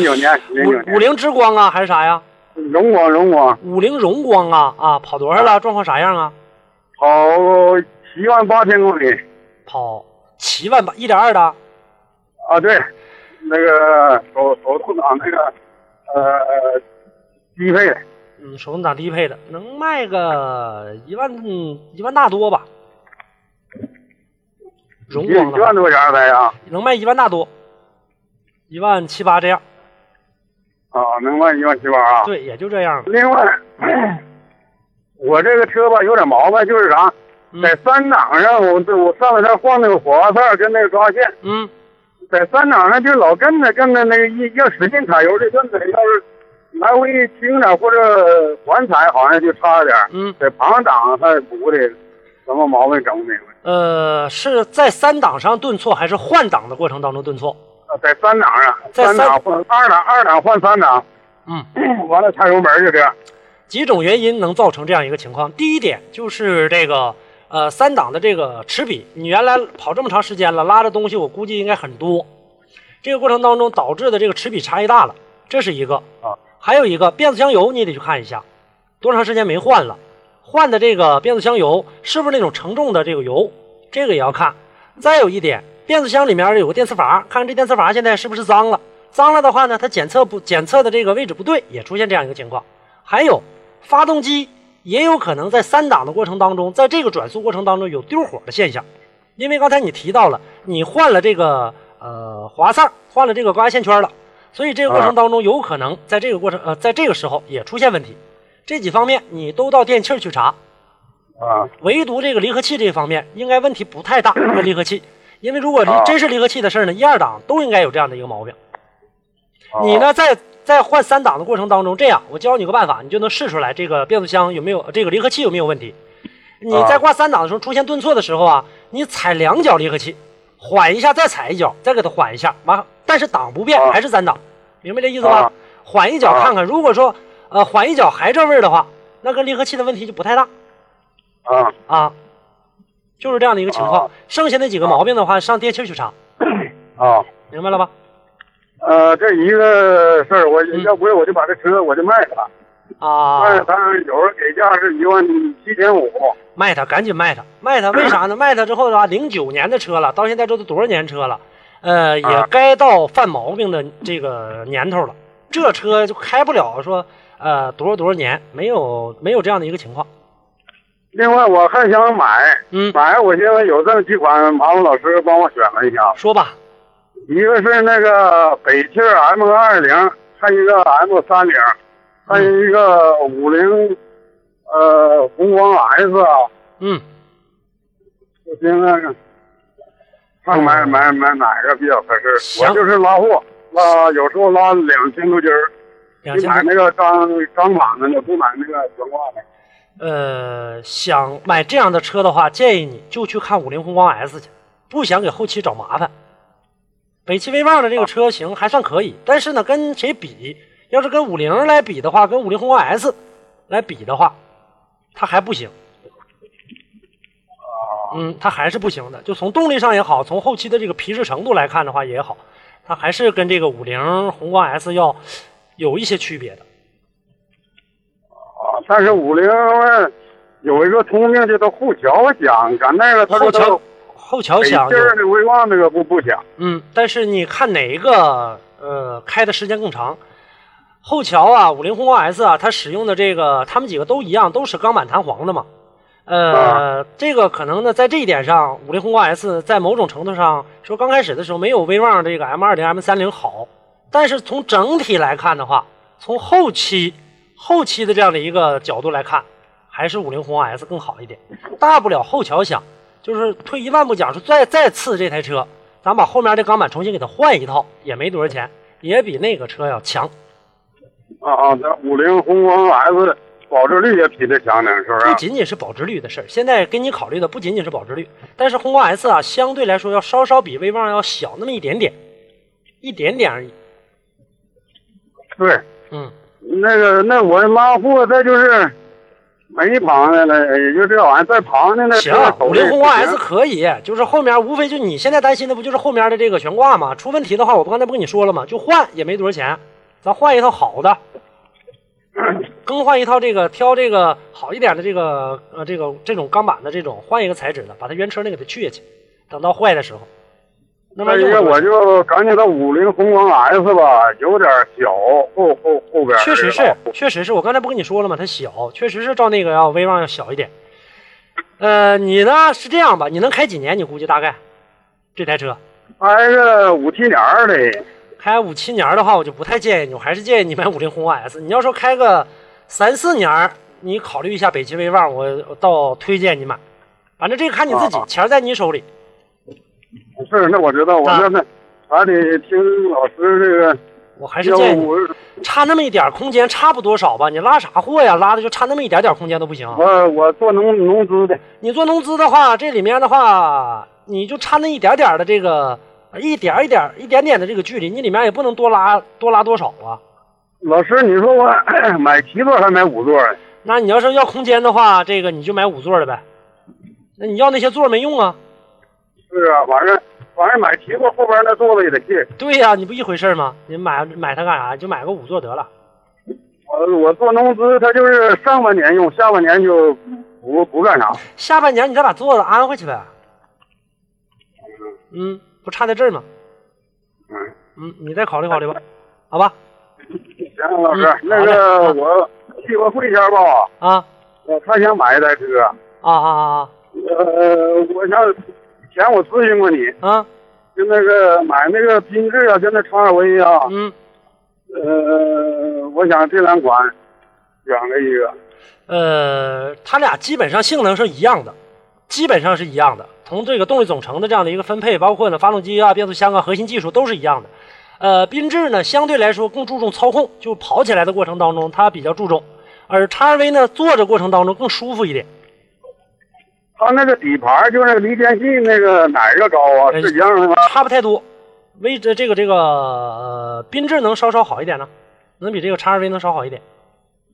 Speaker 2: 九年，零九
Speaker 1: 五五
Speaker 2: 年，
Speaker 1: 菱之光啊，还是啥呀？
Speaker 2: 荣光荣光，
Speaker 1: 五菱荣光啊啊，跑多少了？状况啥样啊？
Speaker 2: 跑一万八千公里
Speaker 1: 跑七万八，一点二的，
Speaker 2: 啊，对，那个手手动
Speaker 6: 啊
Speaker 2: 挡那个呃低配的，
Speaker 1: 嗯，手动挡低配的，能卖个一万一万大多吧？荣
Speaker 2: 一
Speaker 1: 光
Speaker 2: 一
Speaker 1: 的话
Speaker 2: 万多块钱呗啊
Speaker 1: 能卖一万大多，一万七八这样，
Speaker 2: 啊，能卖一万七八啊。
Speaker 1: 对，也就这样。
Speaker 2: 另外，我这个车吧有点毛病，就是啥，
Speaker 1: 嗯
Speaker 2: 在三档上，我我上两天换那个火花塞跟那个抓线，
Speaker 1: 嗯，
Speaker 2: 在三档上就老跟着跟着那个一要使劲踩油这跟着，要是来回轻点或者缓踩，好像就差了点。
Speaker 1: 嗯，
Speaker 2: 在旁挡它补的，什么毛病整不明白。
Speaker 1: 呃，是在三档上顿挫，还是换挡的过程当中顿挫？
Speaker 2: 啊在三档上，
Speaker 1: 在
Speaker 2: 三档换二档，二档换三档，
Speaker 1: 嗯，
Speaker 2: 完了踩油门就这样。
Speaker 1: 几种原因能造成这样一个情况。第一点就是这个呃三档的这个齿比，你原来跑这么长时间了，拉的东西我估计应该很多，这个过程当中导致的这个齿比差异大了，这是一个
Speaker 2: 啊。
Speaker 1: 还有一个变速箱油你得去看一下，多长时间没换了，换的这个变速箱油是不是那种承重的这个油，这个也要看。再有一点，变速箱里面有个电磁阀，看看这电磁阀现在是不是脏了。脏了的话呢，它检测不检测的这个位置不对，也出现这样一个情况。还有发动机也有可能在三档的过程当中，在这个转速过程当中有丢火的现象，因为刚才你提到了，你换了这个呃滑塞儿，换了这个高压线圈了，所以这个过程当中有可能在这个过程呃在这个时候也出现问题。这几方面你都到电器儿去查，
Speaker 2: 啊，
Speaker 1: 唯独这个离合器这方面应该问题不 太大。这离合器，因为如果离
Speaker 2: 啊
Speaker 1: 真是离合器的事儿呢，一二档都应该有这样的一个毛病。你呢，在在换三档的过程当中，这样我教你个办法，你就能试出来这个变速箱有没有这个离合器有没有问题。你
Speaker 2: 啊
Speaker 1: 在挂三档的时候出现顿挫的时候啊，你踩两脚离合器，缓一下，再踩一脚，再给它缓一下，完，但是档不变，
Speaker 2: 啊
Speaker 1: 还是三档，明白这意思吗
Speaker 2: 啊？
Speaker 1: 缓一脚
Speaker 2: 啊
Speaker 1: 看看，如果说呃缓一脚还这味儿的话，那跟离合器的问题就不太大。
Speaker 2: 啊
Speaker 1: 啊，就是这样的一个情况
Speaker 2: 啊。
Speaker 1: 剩下那几个毛病的话，上电器去查，
Speaker 2: 啊
Speaker 1: 明白了吧？
Speaker 2: 呃，这一个事儿，我要不是我就把这车我就卖了，卖了
Speaker 1: 嗯啊，
Speaker 2: 他有人给价是一万七千五，
Speaker 1: 卖它，赶紧卖它，卖它，为啥呢？卖它之后的话，零九年的车了，到现在这都多少年车了？呃，也
Speaker 2: 啊
Speaker 1: 该到犯毛病的这个年头了。这车就开不了，说呃多少多少年，没有没有这样的一个情况。
Speaker 2: 另外我还想买，
Speaker 1: 嗯
Speaker 2: 买我现在有这么几款，麻烦老师帮我选了一下，
Speaker 1: 说吧，
Speaker 2: 一个是那个北汽 M 二零，还有一个 M 三零，还有一个五菱，呃，宏光 S 啊，
Speaker 1: 嗯，
Speaker 2: 我现在看买买买哪个比较合适。
Speaker 1: 行
Speaker 2: 我就是拉货，拉有时候拉两千多斤儿，
Speaker 1: 两
Speaker 2: 你
Speaker 1: 千
Speaker 2: 买那个张张板的，你不买那个悬挂的。
Speaker 1: 呃，想买这样的车的话，建议你就去看五菱宏光 S 去，不想给后期找麻烦。北汽威旺的这个车型还算可以，但是呢，跟谁比？要是跟五菱来比的话，跟五菱宏光 S 来比的话，它还不行。
Speaker 2: 哦
Speaker 1: 嗯，它还是不行的。就从动力上也好，从后期的这个皮实程度来看的话也好，它还是跟这个五菱宏光 S 要有一些区别的。
Speaker 2: 啊，但是五菱有一个通病，就它后桥响，咱那个他
Speaker 1: 后
Speaker 2: 说
Speaker 1: 桥
Speaker 2: 它
Speaker 1: 后桥
Speaker 2: 北汽
Speaker 1: 响就
Speaker 2: 儿的威旺那个不不响。
Speaker 1: 嗯，但是你看哪一个呃开的时间更长？后桥啊，五菱宏光 S 啊，它使用的这个，他们几个都一样，都是钢板弹簧的嘛。呃，这个可能呢，在这一点上，五菱宏光 S 在某种程度上说，刚开始的时候没有威旺这个 M 二零、M 三零好，但是从整体来看的话，从后期后期的这样的一个角度来看，还是五菱宏光 S 更好一点。大不了后桥响，就是退一万步讲，说再再次这台车，咱把后面的钢板重新给它换一套，也没多少钱，也比那个车要强。
Speaker 2: 啊啊，那五菱宏光 S 保值率也比这强点，是不是？啊
Speaker 1: 不仅仅是保值率的事儿，现在给你考虑的不仅仅是保值率，但是宏光 S 啊，相对来说要稍稍比威旺要小那么一点点，一点点而已。
Speaker 2: 对，
Speaker 1: 嗯，
Speaker 2: 那个那我拉货，再就是没旁的了，也就这玩意儿，再旁 的那
Speaker 1: 行，五菱宏光 S 可以，就是后面无非就你现在担心的不就是后面的这个悬挂吗？出问题的话，我不刚才不跟你说了吗？就换也没多少钱，咱换一套好的，更换一套这个挑这个好一点的这个呃这个这种钢板的这种，换一个材质的，把它原车那给它去下去，等到坏的时候。那
Speaker 2: 那
Speaker 1: 么
Speaker 2: 一个哎我就感觉到五菱宏光 S 吧，有点小，后后后边
Speaker 1: 确实
Speaker 2: 这
Speaker 1: 是
Speaker 2: 个，
Speaker 1: 确实是我刚才不跟你说了吗？它小，确实是照那个要威旺要小一点。呃，你呢是这样吧？你能开几年？你估计大概这台车？
Speaker 2: 挨个五七年儿的，
Speaker 1: 开五七年儿的话，我就不太建议你，我还是建议你买五菱宏光 S。你要说开个三四年儿，你考虑一下北汽威旺，我我倒推荐你买。反正这个看你自己，钱儿在你手里。
Speaker 2: 是那我知道，我
Speaker 1: 啊
Speaker 2: 那那还得听老师
Speaker 1: 我还
Speaker 2: 这
Speaker 1: 是
Speaker 2: 个要
Speaker 1: 建议你
Speaker 2: 我
Speaker 1: 差那么一点儿空间，差不多少吧？你拉啥货呀？拉的就差那么一点点儿空间都不行。
Speaker 2: 我我做农农资的，
Speaker 1: 你做农资的话，这里面的话，你就差那一点点儿的这个，一点儿一点儿一点点的这个距离，你里面也不能多拉多拉多少啊。
Speaker 2: 老师你说我买七座还买五座啊？
Speaker 1: 那你要是要空间的话，这个你就买五座的呗。那你要那些座儿没用啊。
Speaker 2: 是啊，反正反正买七座后边那座子也得卸。
Speaker 1: 对呀、你不一回事儿吗？你买买它干啥？就买个五座得了。
Speaker 2: 我我做农资，它就是上半年用，下半年就不不干啥。
Speaker 1: 下半年你再把座子安回去呗。嗯，不差在这儿吗？
Speaker 2: 嗯，
Speaker 1: 嗯，你再考虑考虑吧，好吧？
Speaker 2: 行，老师
Speaker 1: 嗯，
Speaker 2: 那
Speaker 1: 好嘞
Speaker 2: 个
Speaker 1: 嗯
Speaker 2: 我去个会前吧，
Speaker 1: 啊
Speaker 2: 我他想买一台车，
Speaker 1: 啊啊
Speaker 2: 呃，我想以前我咨询过你，
Speaker 1: 啊啊！
Speaker 2: 就那个买那个缤智啊，就那叉 V 啊，
Speaker 1: 嗯，
Speaker 2: 呃，我想这两款选了一个。
Speaker 1: 呃，它俩基本上性能是一样的，基本上是一样的，从这个动力总成的这样的一个分配，包括呢发动机啊、变速箱啊、核心技术都是一样的。呃，缤智呢相对来说更注重操控，就跑起来的过程当中它比较注重，而叉 RV 呢坐着过程当中更舒服一点。
Speaker 2: 它那个底盘就是离间器那个哪个高啊？
Speaker 1: 哎
Speaker 2: 是一样的吗？
Speaker 1: 差不太多。威这这个这个呃，缤智能稍稍好一点呢，能比这个叉 RV 能稍好一点，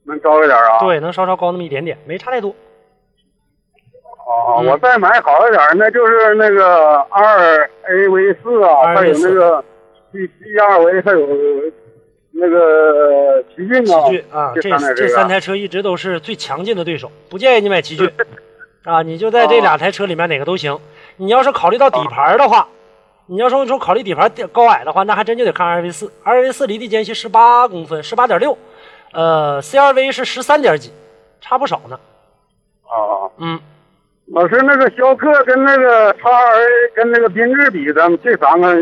Speaker 2: 能高一点啊？
Speaker 1: 对，能稍稍高那么一点点，没差太多。
Speaker 2: 哦，
Speaker 1: 嗯
Speaker 2: 我再买好一点儿，那就是那个二 A V 四啊，
Speaker 1: 2AV4
Speaker 2: 还有那个第第二回还有那个奇骏啊，
Speaker 1: 奇骏啊，
Speaker 2: 这
Speaker 1: 这这三
Speaker 2: 三
Speaker 1: 台车一直都是最强劲的对手，不建议你买奇骏啊，你就在这俩台车里面哪个都行。你要是考虑到底盘的话，你要说说考虑底盘高矮的话，那还真就得看 RV 四，RV 四离地间隙十八公分，十八点六，呃，CRV 是十三点几，差不少呢。
Speaker 2: 啊，
Speaker 3: 哦
Speaker 1: 嗯，
Speaker 2: 老师那个逍客跟那个叉 R 跟那个缤智比，咱们这三个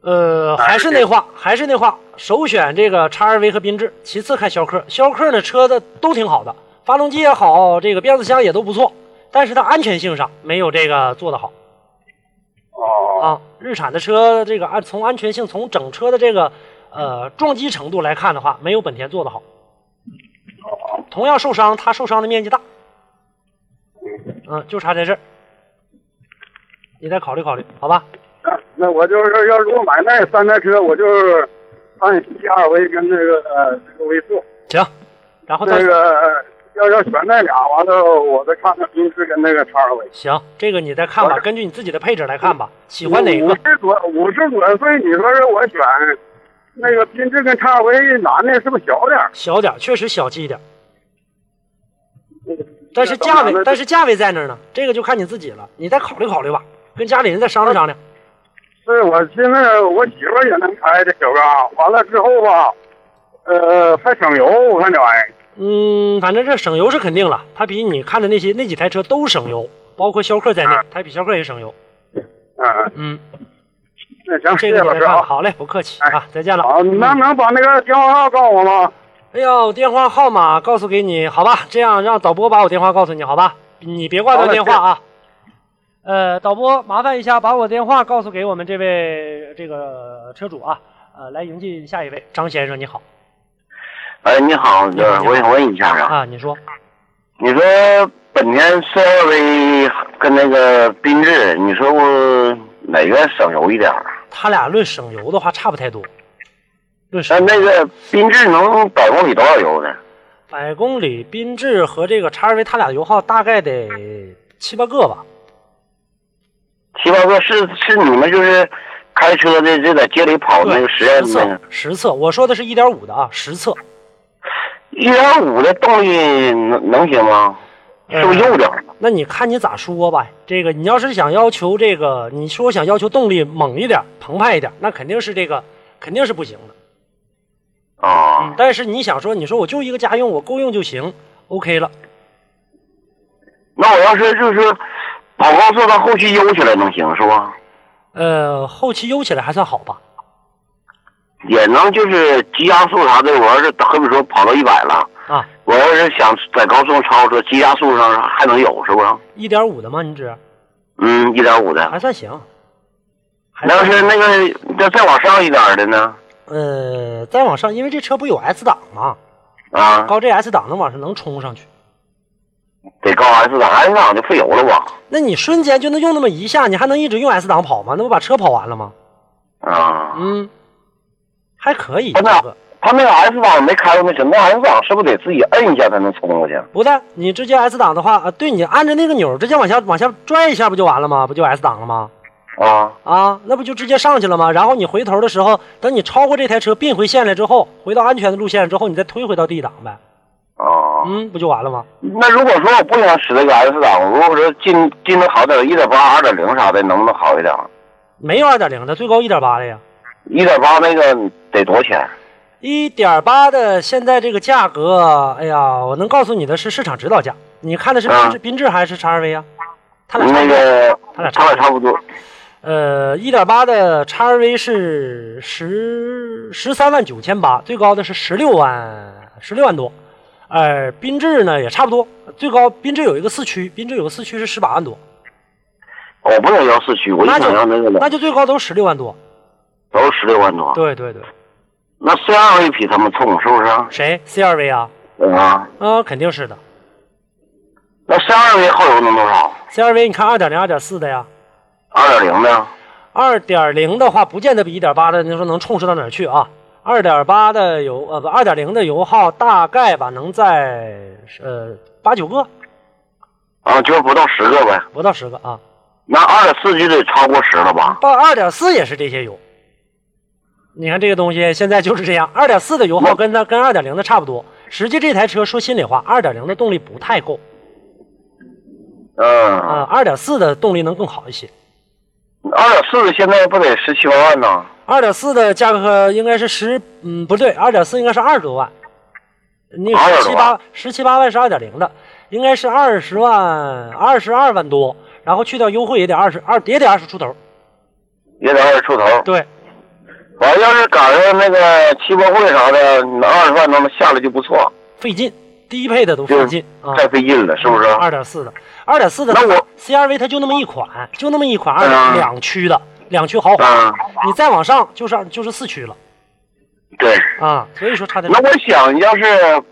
Speaker 1: 呃，还是那话，还是那话，首选这个叉 RV 和缤智，其次看逍客。逍客的车子都挺好的，发动机也好，这个变速箱也都不错，但是它安全性上没有这个做得好。
Speaker 2: 哦
Speaker 1: 啊，日产的车这个安从安全性，从整车的这个呃撞击程度来看的话，没有本田做得好。同样受伤，它受伤的面积大。嗯，就差在这儿，你再考虑考虑，好吧？
Speaker 2: 那我就是要如果买那三台车，我就是按第二回跟那个呃这个位数，
Speaker 1: 行，然后到
Speaker 2: 那个要要选那俩，完了我再看看缤智跟那个叉 R
Speaker 1: 行，这个你再看吧，根据你自己的配置来看吧，
Speaker 2: 嗯
Speaker 1: 喜欢哪
Speaker 2: 五
Speaker 1: 个？
Speaker 2: 十多五十多岁，你说是我选那个缤智跟叉 R 男的是不是小点儿？
Speaker 1: 小点儿，确实小气一点儿，
Speaker 2: 嗯
Speaker 1: 但是价位，但是价位在那儿呢，这个就看你自己了，你再考虑考虑吧，跟家里人再商量商量。
Speaker 2: 是我现在我媳妇儿也能开这小杠，完了之后吧，呃，还省油，我看这玩意儿。
Speaker 1: 嗯，反正这省油是肯定了，它比你看的那些那几台车都省油，包括逍客在
Speaker 2: 啊
Speaker 1: 内，它比逍客也省油。
Speaker 2: 嗯
Speaker 1: 嗯，
Speaker 2: 那行，
Speaker 1: 这
Speaker 2: 谢
Speaker 1: 个
Speaker 2: 谢
Speaker 1: 你
Speaker 2: 老
Speaker 1: 再
Speaker 2: 师
Speaker 1: 看吧。
Speaker 2: 啊。
Speaker 1: 好嘞，不客气啊，再见了。
Speaker 2: 好，你能能把那个电话号告诉我吗？
Speaker 1: 哎呦，电话号码告诉给你，好吧？这样让导播把我电话告诉你，好吧？你别挂断电话啊。呃，导播，麻烦一下把我电话告诉给我们这位这个车主啊，呃，来迎接下一位张先生，你好
Speaker 7: 哎，你好，
Speaker 1: 你好
Speaker 7: 呃我想问一下啊，
Speaker 1: 啊，你说
Speaker 7: 你说本田 CRV 跟那个缤智，你说我哪个省油一点儿？
Speaker 1: 他俩论省油的话差不太多，论省
Speaker 7: 呃那
Speaker 1: 油
Speaker 7: 那个缤智能百公里多少油呢？
Speaker 1: 百公里缤智和这个叉 RV 它俩油耗大概得七八个吧，
Speaker 7: 七八个是是你们就是开车的就在街里跑那个实验
Speaker 1: 实
Speaker 7: 那个
Speaker 1: 测实测，我说的是一点五的啊，实测。
Speaker 7: 一点五的动力能能行吗？是不是右点儿？
Speaker 1: 那你看你咋说吧，这个你要是想要求这个，你说想要求动力猛一点、澎湃一点，那肯定是这个肯定是不行的。
Speaker 7: 啊、
Speaker 1: 但是你想说，你说我就一个家用，我够用就行，OK 了。
Speaker 7: 那我要是就是跑高速到后期悠起来能行是吧？
Speaker 1: 呃，后期悠起来还算好吧？
Speaker 7: 也能就是急加速啥的，我要是好比说跑到一百了。
Speaker 1: 啊，
Speaker 7: 我要是想在高速上超车，急加速上还能有是不是？
Speaker 1: 一点五的吗？你指
Speaker 7: 嗯，一点五的。
Speaker 1: 还算行。还
Speaker 7: 那要
Speaker 1: 算
Speaker 7: 是那个再再往上一点的呢？
Speaker 1: 呃，再往上，因为这车不有 S 档吗？
Speaker 7: 啊，
Speaker 1: 高 GS 档能往上能冲上去，
Speaker 7: 得高 S 档，S 档就费油了吧？
Speaker 1: 那你瞬间就能用那么一下，你还能一直用 S 档跑吗？那不把车跑完了吗？
Speaker 7: 啊，
Speaker 1: 嗯，还可以。
Speaker 7: 他那
Speaker 1: 这个
Speaker 7: 他那个 S 档没开过没行，那 S 档是不是得自己摁一下才能冲过去？
Speaker 1: 不是，你直接 S 档的话，啊，对你按着那个钮儿直接往下往下拽一下不就完了吗？不就 S 档了吗？
Speaker 7: 啊，
Speaker 1: 啊，那不就直接上去了吗？然后你回头的时候，等你超过这台车并回线来之后，回到安全的路线之后，你再推回到 D 档呗。
Speaker 7: 哦、
Speaker 1: 嗯，不就完了吗？
Speaker 7: 那如果说我不想使这个 S 档，如果说进进的好点，一点八、二点零啥的，能不能好一点？
Speaker 1: 没有二点零的，最高一点八的呀。
Speaker 7: 一点八那个得多少钱？
Speaker 1: 一点八的现在这个价格，哎呀，我能告诉你的是市场指导价。你看的是缤智、
Speaker 7: 啊
Speaker 1: 缤智还是叉 RV 呀？它俩差
Speaker 7: 那
Speaker 1: 不多。
Speaker 7: 个
Speaker 1: 他俩差
Speaker 7: 他
Speaker 1: 不多
Speaker 7: 俩差不多。
Speaker 1: 呃，一点八的叉 RV 是十十三万九千八，最高的是十六万十六万多。呃，缤智呢也差不多，最高缤智有一个四驱，缤智有个四驱是十八万多，
Speaker 7: 我不想要四驱，我就
Speaker 1: 那就
Speaker 7: 想要那个啊
Speaker 1: 那
Speaker 7: 的，
Speaker 1: 就最高都是十六万多。
Speaker 7: 都是十六万多。
Speaker 1: 对对对，
Speaker 7: 那 C R V 比他们冲是不是？
Speaker 1: 谁 CRV 啊？
Speaker 7: 嗯啊，
Speaker 1: 嗯、肯定是的。
Speaker 7: 那 C R V 耗油能多少？
Speaker 1: CRV 你看二点零、二点四的呀，
Speaker 7: 二点零的，
Speaker 1: 二点零的话不见得比一点八的你说能冲实到哪儿去啊？二点八的油呃不，二点零的油耗大概吧能在呃八九个
Speaker 7: 啊，就是不到十个呗。
Speaker 1: 不到十个啊。
Speaker 7: 那二点四就得超过十了吧？
Speaker 1: 到二点四也是这些油你看这个东西现在就是这样，二点四的油耗跟它跟二点零的差不多。实际这台车说心里话，二点零的动力不太够，
Speaker 2: 嗯，
Speaker 1: 啊，二点四的动力能更好一些。
Speaker 2: 二点四的现在不得十七八万呢？
Speaker 1: 二点四的价格应该是十，嗯，不对，二点四应该是二十多万。你
Speaker 2: 20
Speaker 1: 十七
Speaker 2: 多
Speaker 1: 八
Speaker 2: 万
Speaker 1: 十七八万是二点零的，应该是二十万二十二万多，然后去掉优惠也得二十二，也得二十出头。
Speaker 2: 也得二十出头。
Speaker 1: 对，
Speaker 2: 完要是赶上那个汽博会啥的，二十万能下来就不错，
Speaker 1: 费劲，低配的都
Speaker 2: 就
Speaker 1: 费劲啊，
Speaker 2: 太费劲了，是不是？
Speaker 1: 二点四的，二点四的
Speaker 2: 那我
Speaker 1: CRV 它就那么一款，就那么一款
Speaker 2: 嗯
Speaker 1: 二两驱的，两驱豪华
Speaker 2: 嗯，
Speaker 1: 你再往上就是二就是四驱了
Speaker 2: 对。
Speaker 1: 啊，所以说差点
Speaker 2: 那我想要是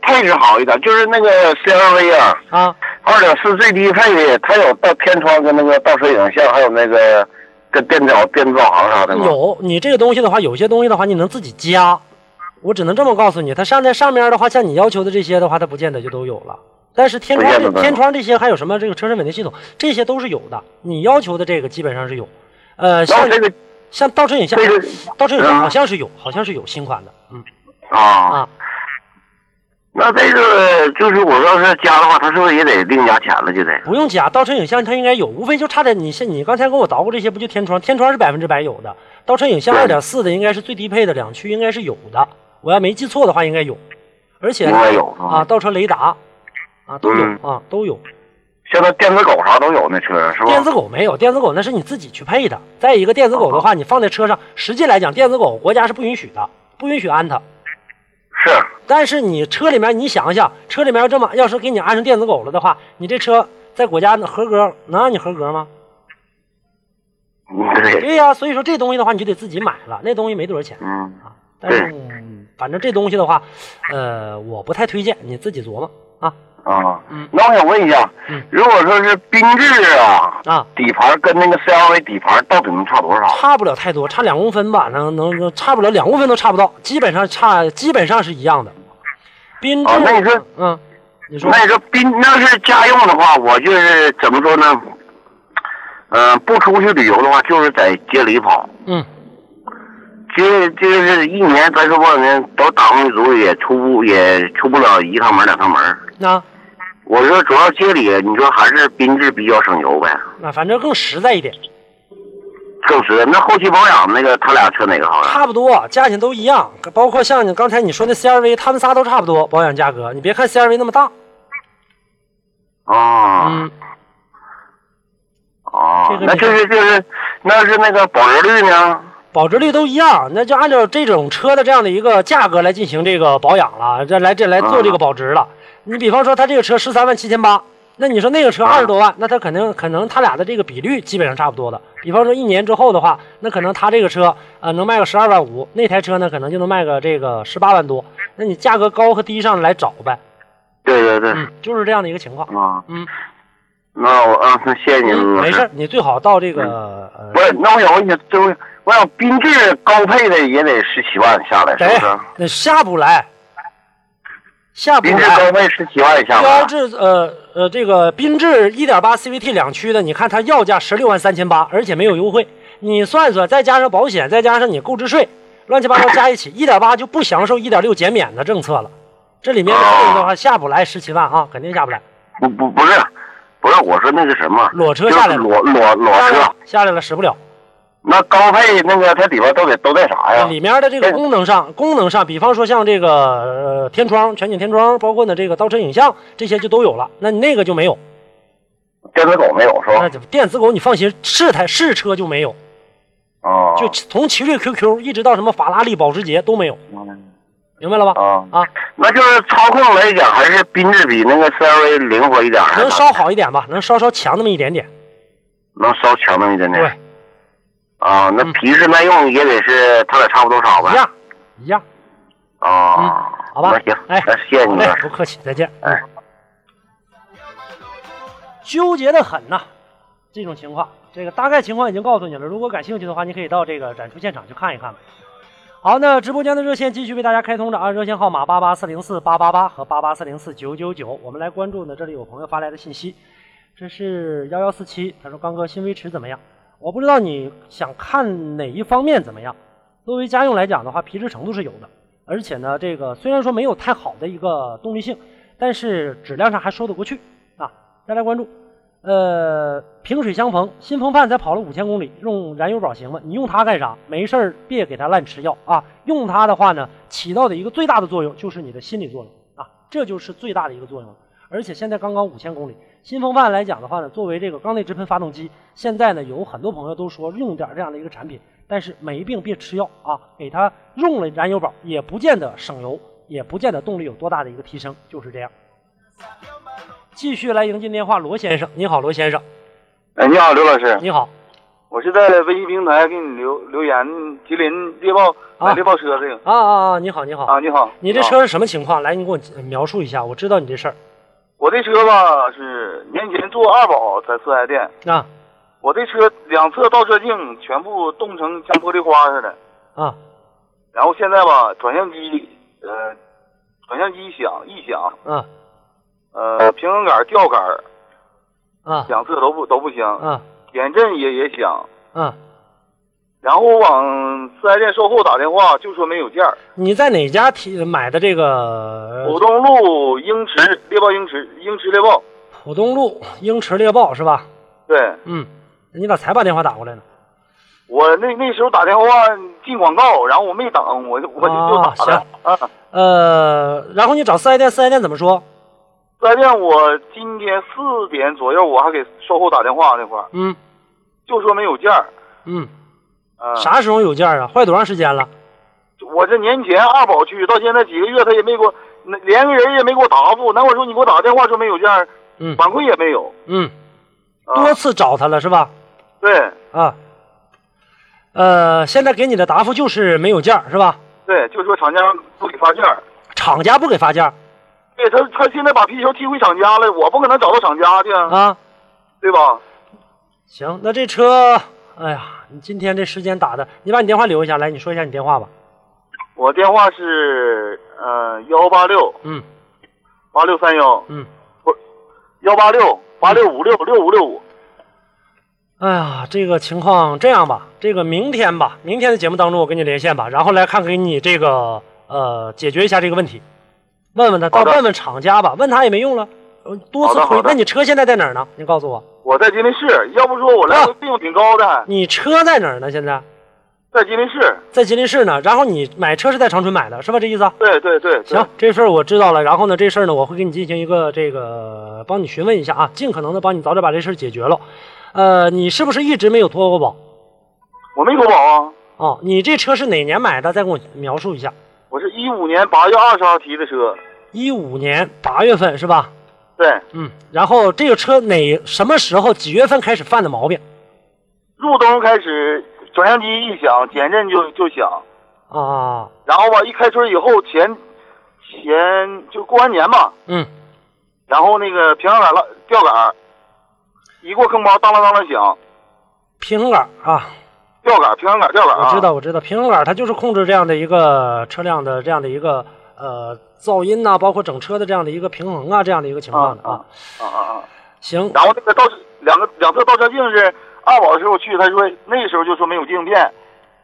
Speaker 2: 配置好一点，就是那个 CRV 啊，
Speaker 1: 啊，
Speaker 2: 二点四最低配的，它有倒天窗跟那个倒车影像，还有那个跟电脑电子导航啥的吗？
Speaker 1: 有你这个东西的话，有些东西的话你能自己加，我只能这么告诉你，它上在上面的话，像你要求的这些的话，它不见得就都有了。但是天窗
Speaker 2: 不见
Speaker 1: 这
Speaker 2: 得都有
Speaker 1: 天窗这些还有什么这个车身稳定系统，这些都是有的。你要求的这个基本上是有，呃，
Speaker 2: 然后
Speaker 1: 像
Speaker 2: 这个
Speaker 1: 像倒车影像
Speaker 2: 这个，
Speaker 1: 倒车影像
Speaker 2: 嗯
Speaker 1: 好像是有，好像是有新款的，嗯
Speaker 2: 啊，
Speaker 1: 啊，
Speaker 2: 那这个就是我要是加的话，它是不是也得另加钱了？就得
Speaker 1: 不用加倒车影像，它应该有，无非就差点你像你刚才给我捣鼓这些，不就天窗？天窗是百分之百有的，倒车影像二
Speaker 2: 对
Speaker 1: 点四的应该是最低配的，两驱应该是有的，我要没记错的话应该有，而且
Speaker 2: 应该有啊
Speaker 1: 啊，倒车雷达啊都有
Speaker 2: 嗯
Speaker 1: 啊都有，
Speaker 2: 现在电子狗啥都有，那车是吧？
Speaker 1: 电子狗没有，电子狗那是你自己去配的。再一个，电子狗的
Speaker 2: 啊
Speaker 1: 话，你放在车上，实际来讲，电子狗国家是不允许的，不允许安它。
Speaker 2: 是
Speaker 1: 但是你车里面，你想想，车里面要这么，要是给你安上电子狗了的话，你这车在国家合格能让你合格吗？
Speaker 2: 嗯对，
Speaker 1: 对呀、所以说这东西的话，你就得自己买了，那东西没多少钱。
Speaker 2: 嗯，
Speaker 1: 但是反正这东西的话，呃，我不太推荐，你自己琢磨啊
Speaker 2: 啊
Speaker 1: 嗯，
Speaker 2: 那我想问一下
Speaker 1: 嗯，
Speaker 2: 如果说是缤智啊，
Speaker 1: 啊，
Speaker 2: 底盘跟那个 CRV 底盘到底能差多少？
Speaker 1: 差不了太多，差两公分吧，能能能差不了两公分都差不到，基本上差基本上是一样的。缤
Speaker 2: 啊那你
Speaker 1: 智
Speaker 2: 说，
Speaker 1: 嗯，你说
Speaker 2: 那个宾那是家用的话，我就是怎么说呢？嗯、不出去旅游的话，就是在街里跑。
Speaker 1: 嗯，
Speaker 2: 这就是一年，咱说不好听，都打工一族也出不也出不了一趟门两趟门。
Speaker 1: 那
Speaker 2: 我说主要街里，你说还是缤智比较省油呗，
Speaker 1: 那反正更实在一点，
Speaker 2: 更实在。那后期保养那个，他俩车哪个好呀？
Speaker 1: 差不多，价钱都一样，包括像你刚才你说的 CRV，他们仨都差不多保养价格。你别看 CRV 那么大，
Speaker 2: 啊、
Speaker 1: 嗯，
Speaker 2: 哦，
Speaker 1: 这个
Speaker 2: 那就是就是那是那个保值率呢？
Speaker 1: 保值率都一样，那就按照这种车的这样的一个价格来进行这个保养了，这来这来做这个保值了。你比方说，它这个车十三万七千八，那你说那个车二十多万，那它肯定可能它俩的这个比率基本上差不多的。比方说一年之后的话，那可能它这个车呃能卖个十二万五，那台车呢可能就能卖个这个十八万多，那你价格高和低上来找呗，
Speaker 2: 对对对，
Speaker 1: 嗯，就是这样的一个情况。
Speaker 2: 啊，
Speaker 1: 嗯，
Speaker 2: 那我啊，那谢谢您，
Speaker 1: 嗯
Speaker 2: 老师。
Speaker 1: 没事儿，你最好到这个呃
Speaker 2: 不是，那我想问一下，就是我想缤智高配的也得十七万下来，是不是
Speaker 1: 得？哎那下不来，下不
Speaker 2: 缤智
Speaker 1: 来。
Speaker 2: 高配十七万下
Speaker 1: 标
Speaker 2: 来，
Speaker 1: 致呃呃，这个缤智1.8 CVT 两驱的，你看它要价十六万三千八，而且没有优惠。你算算，再加上保险，再加上你购置税，乱七八糟加一起，1.8就不享受1.6减免的政策了。这里面的费用的话下不来十七万啊，肯定下不来。
Speaker 2: 不不不是，不是，我说那个什么，
Speaker 1: 裸车
Speaker 2: 就是
Speaker 1: 下来了
Speaker 2: 裸裸裸
Speaker 1: 下来
Speaker 2: 车
Speaker 1: 了，，下来了，使不了。
Speaker 2: 那高配那个它里边都得啊都带啥呀？
Speaker 1: 里面的这个功能上，功能上，比方说像这个呃天窗、全景天窗，包括呢这个倒车影像这些就都有了。那你那个就没有，
Speaker 2: 电子狗没有是
Speaker 1: 那
Speaker 2: 吧？
Speaker 1: 就电子狗你放心，试台试车就没有。
Speaker 2: 啊，
Speaker 1: 就从奇瑞 QQ 一直到什么法拉利、保时捷都没有，明白了吧？
Speaker 2: 啊，
Speaker 1: 啊，
Speaker 2: 那就是操控来讲，还是缤智比那个 CRV 灵活一点儿，还是
Speaker 1: 能稍好一点吧，能稍稍强那么一点点。
Speaker 2: 能稍强那么一点点
Speaker 1: 对，嗯
Speaker 2: 啊，那皮实耐用也得是它俩差不多少
Speaker 1: 一
Speaker 2: 呗？
Speaker 1: 样，一样，
Speaker 2: 啊，
Speaker 1: 好吧
Speaker 2: 那行，
Speaker 1: 哎
Speaker 2: 那谢谢
Speaker 1: 好
Speaker 2: 你
Speaker 1: 嘞
Speaker 2: 了，。
Speaker 1: 不客气，再见。
Speaker 2: 哎
Speaker 1: 纠结的很呐、这种情况，这个大概情况已经告诉你了。如果感兴趣的话，你可以到这个展出现场去看一看吧。好，那直播间的热线继续为大家开通着啊，热线号码八八四零四八八八和八八四零四九九九。我们来关注呢，这里有朋友发来的信息，这是幺幺四七，他说刚哥新威驰怎么样？我不知道你想看哪一方面怎么样，作为家用来讲的话，皮质程度是有的，而且呢，这个虽然说没有太好的一个动力性，但是质量上还说得过去啊。再来关注，呃，萍水相逢，新风范才跑了五千公里，用燃油宝行吗？你用它干啥？没事儿别给它乱吃药啊。用它的话呢，起到的一个最大的作用就是你的心理作用啊，这就是最大的一个作用了。而且现在刚刚五千公里，新风范来讲的话呢，作为这个缸内直喷发动机，现在呢有很多朋友都说用点这样的一个产品，但是没病别吃药啊，给它用了燃油宝，也不见得省油，也不见得动力有多大的一个提升，就是这样。继续来迎接电话，罗先生，你好，罗先生，
Speaker 3: 哎，你好，刘老师，
Speaker 1: 你好，
Speaker 3: 我是在微信平台给你留留言，吉林猎豹买猎豹车这个
Speaker 1: 啊啊啊，你好，你好
Speaker 3: 哎啊，你好，
Speaker 1: 你这车是什么情况？来，你给我描述一下，我知道你这事儿。
Speaker 3: 我这车吧是年前做二保在四 S 店，
Speaker 1: 啊
Speaker 3: 我这车两侧倒车镜全部冻成像玻璃花似的，
Speaker 1: 啊
Speaker 3: 然后现在吧转向机呃转向机响异响，
Speaker 1: 啊
Speaker 3: 呃平衡杆吊杆儿
Speaker 1: 啊
Speaker 3: 两侧都不都不响，
Speaker 1: 啊
Speaker 3: 减震也也响，
Speaker 1: 啊！
Speaker 3: 然后我往四 S 店售后打电话就说没有件儿。
Speaker 1: 你在哪家提买的这个呃
Speaker 3: 浦东路英驰猎豹英驰英驰猎豹，
Speaker 1: 浦东路英驰猎豹是吧？
Speaker 3: 对
Speaker 1: 嗯，你咋才把电话打过来呢？
Speaker 3: 我那那时候打电话进广告，然后我没等，我就我就就
Speaker 1: 啊，
Speaker 3: 打
Speaker 1: 行
Speaker 3: 了。，
Speaker 1: 呃，然后你找四 S 店，四 S 店怎么说？
Speaker 3: 四 S 店我今天四点左右我还给售后打电话那块儿，
Speaker 1: 嗯
Speaker 3: 就说没有件儿。
Speaker 1: 嗯，
Speaker 3: 嗯，
Speaker 1: 啥时候有件儿啊？坏多长时间了？
Speaker 3: 我这年前二保去到现在几个月，他也没给我，那连个人也没给我答复。那我说你给我打个电话说没有件儿，
Speaker 1: 嗯
Speaker 3: 反馈也没有。
Speaker 1: 嗯，多次找他了是吧？
Speaker 3: 对
Speaker 1: 啊，呃，现在给你的答复就是没有件儿是吧？
Speaker 3: 对，就说厂家不给发件儿。
Speaker 1: 厂家不给发件儿
Speaker 3: 对他，他现在把皮球踢回厂家了，我不可能找到厂家去，啊、
Speaker 1: 啊。
Speaker 3: 对吧？
Speaker 1: 行，那这车，哎呀，你今天这时间打的，你把你电话留一下来，你说一下你电话吧。
Speaker 3: 我电话是呃幺八六
Speaker 1: 嗯
Speaker 3: 八六三幺
Speaker 1: 嗯，
Speaker 3: 幺八六八六五六六五六五。
Speaker 1: 哎呀，这个情况这样吧，这个明天吧，明天的节目当中我跟你连线吧，然后来看给你这个呃解决一下这个问题，问问他，到
Speaker 3: 好的
Speaker 1: 问问厂家吧，问他也没用了，呃多次
Speaker 3: 好的
Speaker 1: 推
Speaker 3: 好。的
Speaker 1: 那你车现在在哪儿呢？你告诉我，
Speaker 3: 我在吉林市，要不说我来回费用挺高的，
Speaker 1: 你车在哪儿呢？现在
Speaker 3: 在吉林市。
Speaker 1: 在吉林市呢。然后你买车是在长春买的，是吧？这意思啊？
Speaker 3: 对对对，对
Speaker 1: 行，，这事儿我知道了。然后呢，这事儿呢，我会给你进行一个这个帮你询问一下啊，尽可能的帮你早点把这事儿解决了。呃，你是不是一直没有脱过保？
Speaker 3: 我没投保啊，
Speaker 1: 哦，你这车是哪年买的？再给我描述一下。
Speaker 3: 我是一五年八月二十号提的车。
Speaker 1: 一五年八月份是吧？
Speaker 3: 对，
Speaker 1: 嗯。然后这个车哪什么时候几月份开始犯的毛病
Speaker 3: 入冬开始转向机一响，减震就就响，
Speaker 1: 啊？
Speaker 3: 然后吧，一开春以后前前就过完年吧，
Speaker 1: 嗯，
Speaker 3: 然后那个平衡杆拉吊杆儿，一过坑包当啷当啷响，
Speaker 1: 平衡杆啊，
Speaker 3: 吊杆儿平衡杆儿吊杆儿啊。
Speaker 1: 我知道，我知道，平衡杆它就是控制这样的一个车辆的这样的一个呃噪音呐、包括整车的这样的一个平衡啊，这样的一个情况的啊。
Speaker 3: 啊啊啊！
Speaker 1: 行，
Speaker 3: 然后那个倒车两个两侧倒车镜是二保的时候去，他说那时候就说没有镜片，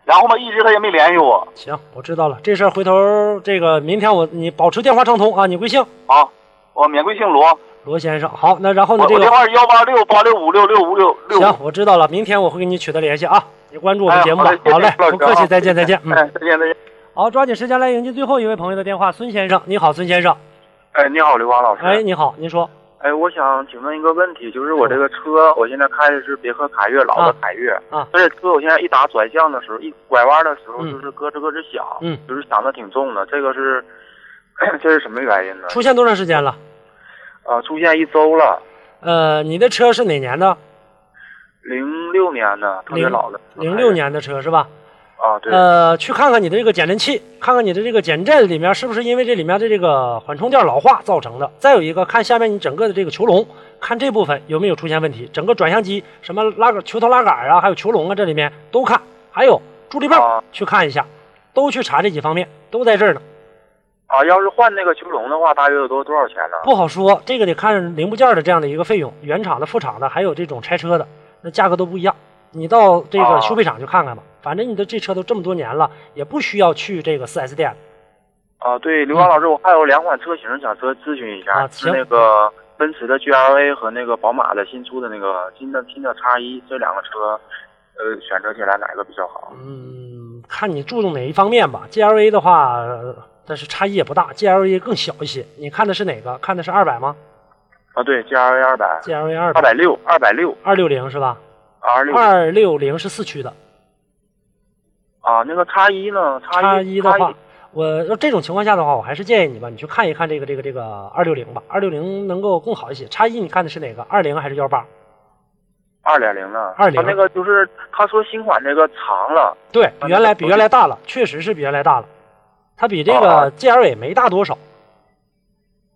Speaker 3: 然后吧一直他也没联系我。
Speaker 1: 行，我知道了，这事儿回头这个明天我你保持电话畅通啊，你贵姓？
Speaker 3: 好，我免贵姓罗，
Speaker 1: 罗先生。好，那然后
Speaker 3: 我
Speaker 1: 呢这
Speaker 3: 我
Speaker 1: 个
Speaker 3: 电话是幺八六八六五六六五六六。
Speaker 1: 行，我知道了，明天我会跟你取得联系啊。你关注我
Speaker 3: 哎
Speaker 1: 们节目吧
Speaker 3: 好。的
Speaker 1: 好嘞
Speaker 3: 谢谢，老师
Speaker 1: 不客气，
Speaker 3: 啊
Speaker 1: 再见，再见。嗯，
Speaker 3: 哎，再见再见。
Speaker 1: 好，抓紧时间来迎接最后一位朋友的电话，孙先生。你好，孙先生。
Speaker 2: 哎，你好，刘光老师。
Speaker 1: 哎，你好，您说
Speaker 2: 哎，我想请问一个问题，就是我这个
Speaker 1: 嗯
Speaker 2: 车，我现在开的是别克凯越，老的凯越。
Speaker 1: 啊。
Speaker 2: 这车我现在一打转向的时候，一拐弯的时候，
Speaker 1: 嗯
Speaker 2: 就是咯吱咯吱响，
Speaker 1: 嗯
Speaker 2: 就是响的挺重的。这个是， 这是什么原因呢？
Speaker 1: 出现多长时间了？
Speaker 2: 啊，出现一周了，
Speaker 1: 呃，你的车是哪年的？
Speaker 2: 零六年的，特别
Speaker 1: 零
Speaker 2: 老的。
Speaker 1: 零六年的车是吧？
Speaker 2: 啊，对。
Speaker 1: 呃，去看看你的这个减震器，看看你的这个减震里面是不是因为这里面的这个缓冲垫老化造成的。再有一个，看下面你整个的这个球笼，看这部分有没有出现问题。整个转向机什么拉杆、球头拉杆啊，还有球笼啊，这里面都看。还有助力泵、去看一下，都去查这几方面，都在这儿呢。
Speaker 2: 啊，要是换那个球笼的话，大约有多多少钱呢？
Speaker 1: 不好说，这个得看零部件的这样的一个费用，原厂的、副厂的，还有这种拆车的，那价格都不一样。你到这个
Speaker 2: 啊
Speaker 1: 修配厂去看看吧，反正你的这车都这么多年了，也不需要去这个 4S 店。
Speaker 2: 啊，对，刘刚老师，我还有两款车型想咨咨询一下，
Speaker 1: 嗯
Speaker 2: 是
Speaker 1: 啊行
Speaker 2: 那个奔驰的 GLA 和那个宝马的新出的那个新的新的 X 一，这两个车，呃，选择起来哪个比较好？
Speaker 1: 嗯看你注重哪一方面吧。GLA 的话，呃但是差异也不大，GLA 更小一些。你看的是哪个？看的是二百吗
Speaker 2: 啊，对，GLA 二百
Speaker 1: ？GLA 二
Speaker 2: 二百六，二百六，
Speaker 1: 二六零是吧？
Speaker 2: 二六
Speaker 1: 二六零是四驱的，
Speaker 2: 啊，那个 X 一呢？X
Speaker 1: 叉
Speaker 2: 一
Speaker 1: 一的话，我要这种情况下的话，我还是建议你吧，你去看一看这个这个这个二六零吧，二六零能够更好一些。叉一你看的是哪个？二零还是幺八？
Speaker 2: 二点零呢？
Speaker 1: 2.0
Speaker 2: 它那个就是他说新款这个长了，
Speaker 1: 对比原来比原来大了，确实是比原来大了，它比这个 GLA 没大多少。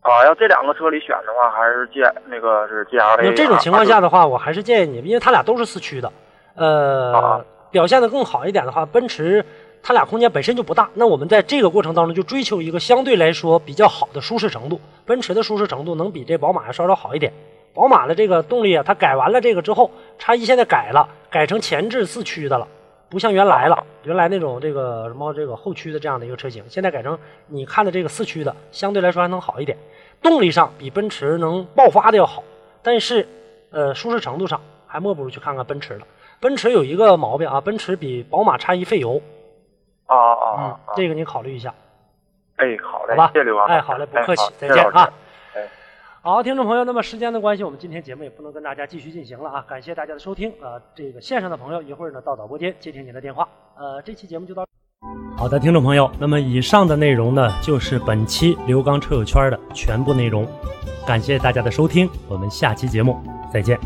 Speaker 2: 啊，要这两个车里选的话，还是 G 那个是 GLA。
Speaker 1: 那这种情况下的话，我还是建议你，因为它俩都是四驱的，呃，表现的更好一点的话，奔驰它俩空间本身就不大，那我们在这个过程当中就追求一个相对来说比较好的舒适程度，奔驰的舒适程度能比这宝马要稍稍好一点。宝马的这个动力啊，它改完了这个之后，叉一现在改了，改成前置四驱的了，不像原来了，原来那种这个什么这个后驱的这样的一个车型，现在改成你看的这个四驱的，相对来说还能好一点，动力上比奔驰能爆发的要好，但是呃舒适程度上还莫不如去看看奔驰了。奔驰有一个毛病啊，奔驰比宝马差一费油，
Speaker 2: 啊啊
Speaker 1: 嗯，这个你考虑一下，
Speaker 2: 哎，好嘞，
Speaker 1: 好吧
Speaker 2: 谢谢刘老师。
Speaker 1: 哎好嘞不客气
Speaker 2: 好
Speaker 1: 再
Speaker 2: 谢谢
Speaker 1: 见
Speaker 2: 老师
Speaker 1: 啊
Speaker 2: 哎。
Speaker 1: 好，听众朋友，那么时间的关系，我们今天节目也不能跟大家继续进行了啊，感谢大家的收听啊、呃这个线上的朋友一会儿呢到导播间接听您的电话，呃，这期节目就到。好的，听众朋友，那么以上的内容呢，就是本期刘刚车友圈的全部内容，感谢大家的收听，我们下期节目再见。